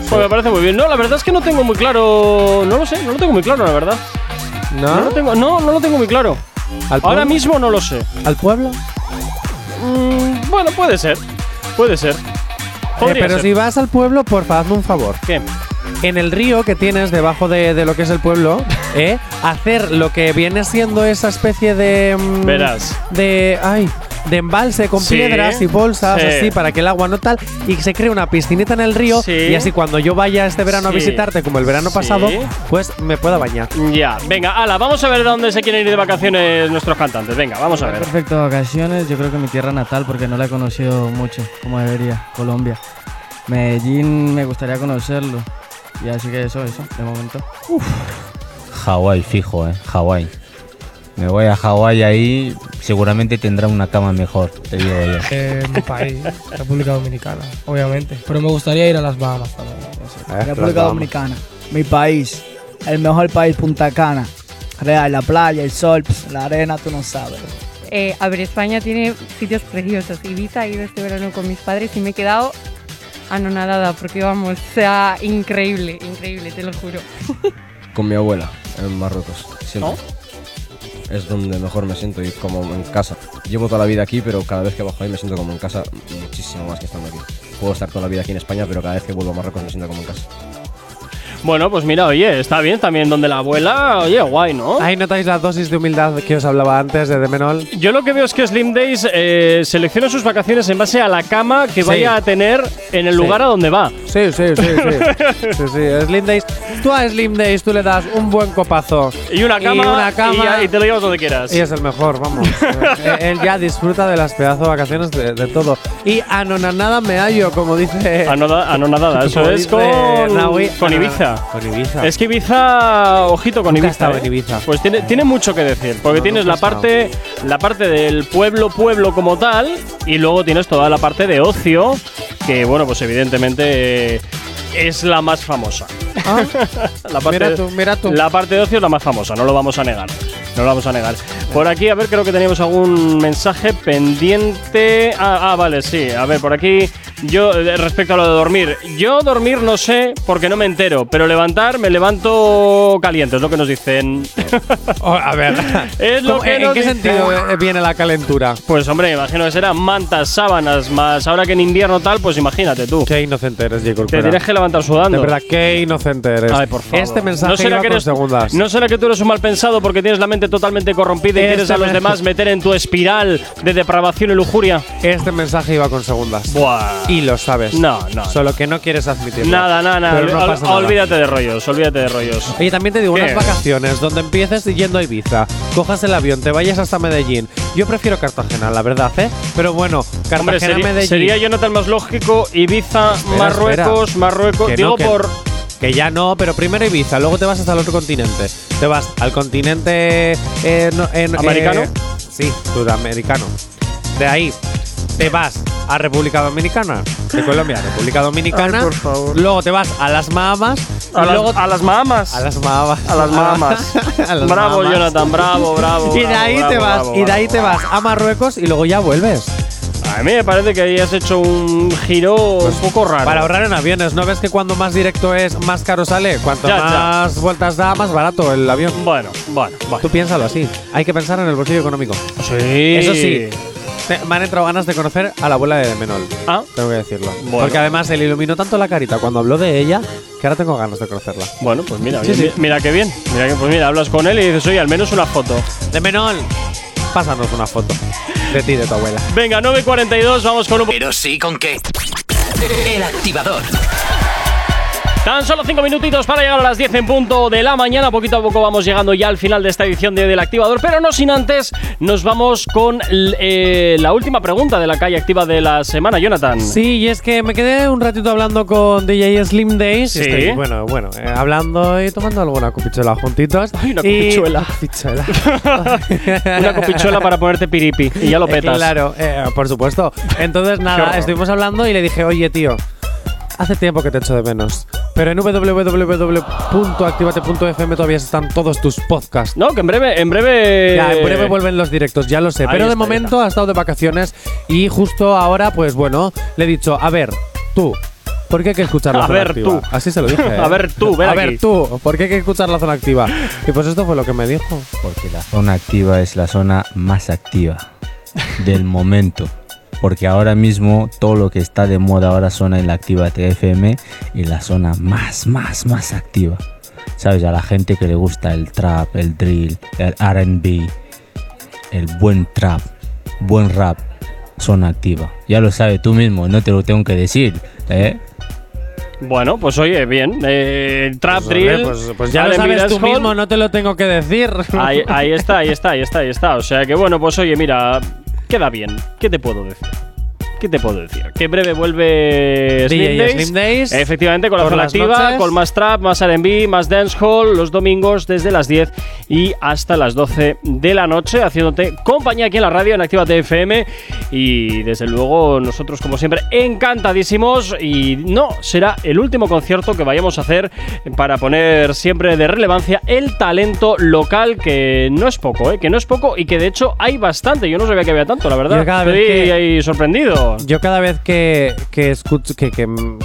Speaker 2: Pues me parece muy bien. No, la verdad es que no tengo muy claro. No lo sé, no lo tengo muy claro, la verdad. No,
Speaker 3: ¿No?
Speaker 2: lo tengo, no, no lo tengo muy claro.
Speaker 3: ¿Ah? ¿Al
Speaker 2: Ahora
Speaker 3: pueblo?
Speaker 2: mismo no lo sé.
Speaker 3: ¿Al pueblo?
Speaker 2: Mm, bueno, puede ser. Puede ser.
Speaker 3: Eh,
Speaker 2: Podría
Speaker 3: pero
Speaker 2: ser.
Speaker 3: si Mm, vas al pueblo, porfa, hazme un favor.
Speaker 2: ¿Qué?
Speaker 3: En el río que tienes debajo de, de lo que es el pueblo, ¿eh? hacer lo que viene siendo esa especie de. mm,
Speaker 2: Verás.
Speaker 3: De. Ay. De embalse con
Speaker 2: Sí,
Speaker 3: piedras y bolsas,
Speaker 2: sí.
Speaker 3: así, para que el agua no tal, y se cree una piscinita en el río,
Speaker 2: Sí.
Speaker 3: y así cuando yo vaya este verano a
Speaker 2: Sí.
Speaker 3: visitarte, como el verano
Speaker 2: Sí.
Speaker 3: pasado, pues me pueda bañar.
Speaker 2: Ya, venga, ala, vamos a ver dónde se quieren ir de vacaciones nuestros cantantes. Venga, vamos a ver.
Speaker 11: Perfecto, vacaciones. Yo creo que mi tierra natal, porque no la he conocido mucho, como debería, Colombia. Medellín me gustaría conocerlo. Y así que eso, eso, de momento.
Speaker 9: Hawái, fijo, ¿eh? Hawái. Me voy a Hawái ahí, seguramente tendrá una cama mejor, te digo yo.
Speaker 11: Eh, mi país, República Dominicana, obviamente. Pero me gustaría ir a las Bahamas también.
Speaker 10: República Dominicana, mi país, el mejor país, Punta Cana. Real, la playa, el sol, pss, la arena, tú no sabes.
Speaker 8: Eh, a ver, España tiene sitios preciosos. Ibiza he ido este verano con mis padres y me he quedado anonadada porque vamos, o sea, increíble, increíble, te lo juro.
Speaker 7: Con mi abuela, en Marruecos, siempre. Es donde mejor me siento y como en casa. Llevo toda la vida aquí, pero cada vez que bajo ahí me siento como en casa muchísimo más que estando aquí. Puedo estar toda la vida aquí en España, pero cada vez que vuelvo a Marruecos me siento como en casa.
Speaker 2: Bueno, pues mira, oye, está bien también donde la abuela, oye, guay, ¿no?
Speaker 3: Ahí notáis la dosis de humildad que os hablaba antes de Demenol.
Speaker 2: Yo lo que veo es que Slim Days eh, selecciona sus vacaciones en base a la cama que
Speaker 3: Sí.
Speaker 2: vaya a tener en el
Speaker 3: Sí.
Speaker 2: lugar a donde va.
Speaker 3: Sí, sí, sí, sí. sí, sí. Slim Days. Tú a Slim Days tú le das un buen copazo.
Speaker 2: Y una cama.
Speaker 3: Y una cama.
Speaker 2: y- y te lo llevas donde quieras.
Speaker 3: Y es el mejor, vamos. Eh, Él ya disfruta de las pedazos vacaciones de, de todo. Y anonanada me hallo, como dice.
Speaker 2: Anonada- anonadada, eso
Speaker 3: como
Speaker 2: es
Speaker 3: dice
Speaker 2: con-
Speaker 3: Naui.
Speaker 2: con Ibiza.
Speaker 3: Anonada- Con Ibiza.
Speaker 2: Es que Ibiza, ojito con
Speaker 3: Nunca he
Speaker 2: Ibiza,
Speaker 3: estado
Speaker 2: ¿eh?
Speaker 3: en Ibiza.
Speaker 2: Pues tiene, tiene mucho que decir, porque
Speaker 3: No,
Speaker 2: tienes
Speaker 3: nunca
Speaker 2: la
Speaker 3: he estado.
Speaker 2: parte, la parte del pueblo pueblo como tal y luego tienes toda la parte de ocio que bueno pues evidentemente eh, es la más famosa. la parte
Speaker 3: Mira
Speaker 2: de-
Speaker 3: tú, mira tú.
Speaker 2: La parte de ocio es la más famosa, no lo vamos a negar. No lo vamos a negar. Por aquí, a ver, creo que teníamos algún mensaje pendiente. Ah, ah, vale, sí. A ver, por aquí, yo, eh, respecto a lo de dormir. Yo dormir no sé porque no me entero, pero levantar me levanto caliente, es lo que nos dicen.
Speaker 3: Oh, a ver.
Speaker 2: Es lo
Speaker 3: ¿Cómo-
Speaker 2: que
Speaker 3: ¿En,
Speaker 2: nos
Speaker 3: qué
Speaker 2: dicen.
Speaker 3: sentido eh, viene la calentura?
Speaker 2: Pues hombre, imagino que será mantas, sábanas, más ahora que en invierno tal, pues imagínate tú.
Speaker 3: Qué inocente eres, Jacob.
Speaker 2: Te tienes que levantar sudando.
Speaker 3: De verdad, qué inocente eres.
Speaker 2: Ay, por favor.
Speaker 3: Este mensaje
Speaker 2: ¿No será,
Speaker 3: iba
Speaker 2: que
Speaker 3: con
Speaker 2: eres-
Speaker 3: segundas.
Speaker 2: ¿No será que tú eres un mal pensado porque tienes la mente totalmente corrompida y
Speaker 3: Este
Speaker 2: quieres a los
Speaker 3: me-
Speaker 2: demás meter en tu espiral de depravación y lujuria?
Speaker 3: Este mensaje iba con segundas.
Speaker 2: Buah.
Speaker 3: Y lo sabes.
Speaker 2: No, no,
Speaker 3: Solo que no quieres admitirlo.
Speaker 2: Nada, nada, nada.
Speaker 3: Pero no
Speaker 2: Ol-
Speaker 3: pasa nada.
Speaker 2: Olvídate de rollos, olvídate de rollos.
Speaker 3: Oye, también te digo,
Speaker 2: ¿Qué?
Speaker 3: unas vacaciones donde empieces yendo a Ibiza, cojas el avión, te vayas hasta Medellín. Yo prefiero Cartagena, la verdad, ¿eh? Pero bueno, Cartagena,
Speaker 2: Hombre, sería,
Speaker 3: Medellín.
Speaker 2: sería Jonathan más lógico, Ibiza,
Speaker 3: Espera,
Speaker 2: Marruecos,
Speaker 3: espera.
Speaker 2: Marruecos.
Speaker 3: Que
Speaker 2: digo
Speaker 3: no, que-
Speaker 2: por.
Speaker 3: Que ya no, pero primero Ibiza, luego te vas hasta el otro continente. Te vas al continente. eh, no- en-
Speaker 2: ¿Americano?
Speaker 3: eh, sí, sudamericano. De ahí te vas a República Dominicana. De Colombia, a República Dominicana.
Speaker 2: Ay, por favor.
Speaker 3: Luego te vas a las Bahamas. y
Speaker 2: A, las-
Speaker 3: luego
Speaker 2: a las Mahamas.
Speaker 3: a las Bahamas.
Speaker 2: A las Bahamas.
Speaker 3: A las
Speaker 2: bravo,
Speaker 3: Bahamas.
Speaker 2: Jonathan, bravo, bravo.
Speaker 3: y de ahí
Speaker 2: bravo,
Speaker 3: te vas,
Speaker 2: bravo,
Speaker 3: y de
Speaker 2: bravo.
Speaker 3: ahí te vas a Marruecos y luego ya vuelves.
Speaker 2: A mí me parece que ahí has hecho un giro un poco raro.
Speaker 3: Pues Para ahorrar en aviones, ¿no ves que cuando más directo es, más caro sale? Cuanto
Speaker 2: Ya, ya.
Speaker 3: más vueltas da, más barato el avión.
Speaker 2: Bueno, bueno, bueno.
Speaker 3: Tú piénsalo así. Hay que pensar en el bolsillo económico.
Speaker 2: Sí.
Speaker 3: Eso sí, te- me han entrado ganas de conocer a la abuela de Menol.
Speaker 2: Ah.
Speaker 3: Tengo que decirlo.
Speaker 2: Bueno.
Speaker 3: Porque además él iluminó tanto la carita cuando habló de ella que ahora tengo ganas de conocerla.
Speaker 2: Bueno, pues mira,
Speaker 3: Sí,
Speaker 2: bien,
Speaker 3: sí.
Speaker 2: mira qué bien. Mira que, pues mira, hablas con él y dices, oye, al menos una foto.
Speaker 3: De Menol, pásanos una foto de ti y de tu abuela.
Speaker 2: Venga, 9.42, vamos con un...
Speaker 1: Pero sí con qué. El activador.
Speaker 2: Tan solo 5 minutitos para llegar a las 10 en punto de la mañana. Poquito a poco vamos llegando ya al final de esta edición de Del Activador, pero no sin antes nos vamos con l- eh, la última pregunta de la calle activa de la semana, Jonathan.
Speaker 3: Sí, y es que me quedé un ratito hablando con DJ Slim Days.
Speaker 2: Sí.
Speaker 3: Estoy, bueno, bueno, eh, hablando y tomando alguna copichuela juntitos.
Speaker 2: Ay, una
Speaker 3: Y-
Speaker 2: copichuela.
Speaker 3: copichuela.
Speaker 2: Una copichuela para ponerte piripi y ya lo
Speaker 3: Eh,
Speaker 2: petas.
Speaker 3: Claro, eh, por supuesto. Entonces, nada,
Speaker 2: horror.
Speaker 3: estuvimos hablando y le dije, oye, tío, hace tiempo que te echo de menos. Pero en www.activate.fm todavía están todos tus podcasts.
Speaker 2: No, que en breve, en breve.
Speaker 3: Ya, en breve vuelven los directos, ya lo sé.
Speaker 2: Eh, Ahí
Speaker 3: Pero de
Speaker 2: está, ahí
Speaker 3: momento ha estado de vacaciones y justo ahora, pues bueno, le he dicho, a ver, tú. ¿Por qué hay que escuchar la
Speaker 2: A
Speaker 3: zona
Speaker 2: ver,
Speaker 3: activa?
Speaker 2: tú.
Speaker 3: Así se lo dije. ¿eh?
Speaker 2: A ver, tú, ven
Speaker 3: A
Speaker 2: aquí.
Speaker 3: ver tú, ¿por qué hay que escuchar la zona activa? Y pues esto fue lo que me dijo.
Speaker 9: Porque la zona activa es la zona más activa del momento. Porque ahora mismo todo lo que está de moda ahora suena en la activa TFM y la zona más, más, más activa. ¿Sabes? A la gente que le gusta el trap, el drill, el RB, el buen trap, buen rap, zona activa. Ya lo sabes tú mismo, no te lo tengo que decir. ¿eh?
Speaker 2: Bueno, pues oye, bien. Eh, trap
Speaker 3: Pues,
Speaker 2: drill.
Speaker 3: hombre, pues, pues ya lo
Speaker 2: Allen
Speaker 3: sabes tú
Speaker 2: Mirasol.
Speaker 3: mismo, no te lo tengo que decir.
Speaker 2: Ahí, ahí está, ahí está, ahí está, ahí está. O sea que bueno, pues oye, mira, queda bien. ¿Qué te puedo decir? ¿Qué te puedo decir? Que en breve vuelve Slim,
Speaker 3: DJ
Speaker 2: Days,
Speaker 3: Slim Days.
Speaker 2: Efectivamente, con la
Speaker 3: Por
Speaker 2: zona
Speaker 3: las
Speaker 2: activa,
Speaker 3: noches.
Speaker 2: con más trap, más RB, más dancehall, los domingos desde las 10 y hasta las 12 de la noche, haciéndote compañía aquí en la radio, en Activa FM. Y desde luego, nosotros, como siempre, encantadísimos. Y no será el último concierto que vayamos a hacer para poner siempre de relevancia el talento local, que no es poco, ¿eh? que no es poco y que de hecho hay bastante. Yo no sabía que había tanto, la verdad.
Speaker 3: Yo cada vez
Speaker 2: Estoy
Speaker 3: que-
Speaker 2: ahí sorprendido.
Speaker 3: Yo cada vez que, que escucho, que, que, mm,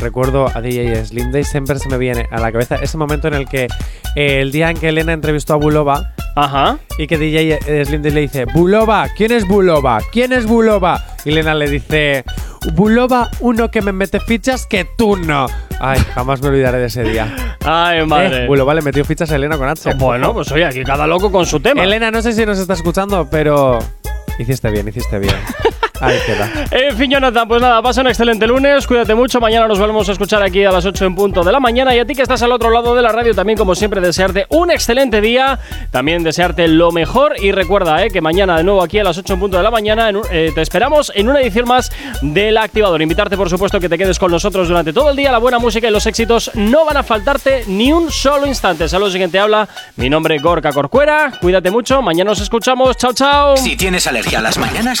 Speaker 3: recuerdo a DJ Slim Day, siempre se me viene a la cabeza ese momento en el que eh, el día en que Elena entrevistó a Bulova
Speaker 2: Ajá.
Speaker 3: y que DJ Slim Day le dice, Bulova, ¿quién es Bulova? ¿Quién es Bulova? Y Elena le dice, Bulova, uno que me mete fichas que tú no. Ay, jamás me olvidaré de ese día.
Speaker 2: Ay, madre.
Speaker 3: Eh, bueno, vale, metió fichas a Elena con H.
Speaker 2: Bueno, pues oye, aquí cada loco con su tema.
Speaker 3: Elena, no sé si nos está escuchando, pero. Hiciste bien, hiciste bien. Ahí queda.
Speaker 2: En fin, Jonathan, pues nada, pasa un excelente lunes, cuídate mucho, mañana nos volvemos a escuchar aquí a las 8 en punto de la mañana y a ti que estás al otro lado de la radio también, como siempre, desearte un excelente día, también desearte lo mejor y recuerda eh, que mañana de nuevo aquí a las 8 en punto de la mañana en un- eh, te esperamos en una edición más del Activador. Invitarte, por supuesto, que te quedes con nosotros durante todo el día, la buena música y los éxitos no van a faltarte ni un solo instante. Saludos, siguiente habla, mi nombre es Gorka Corcuera, cuídate mucho, mañana nos escuchamos, chao, chao.
Speaker 1: Si tienes alergia a las mañanas,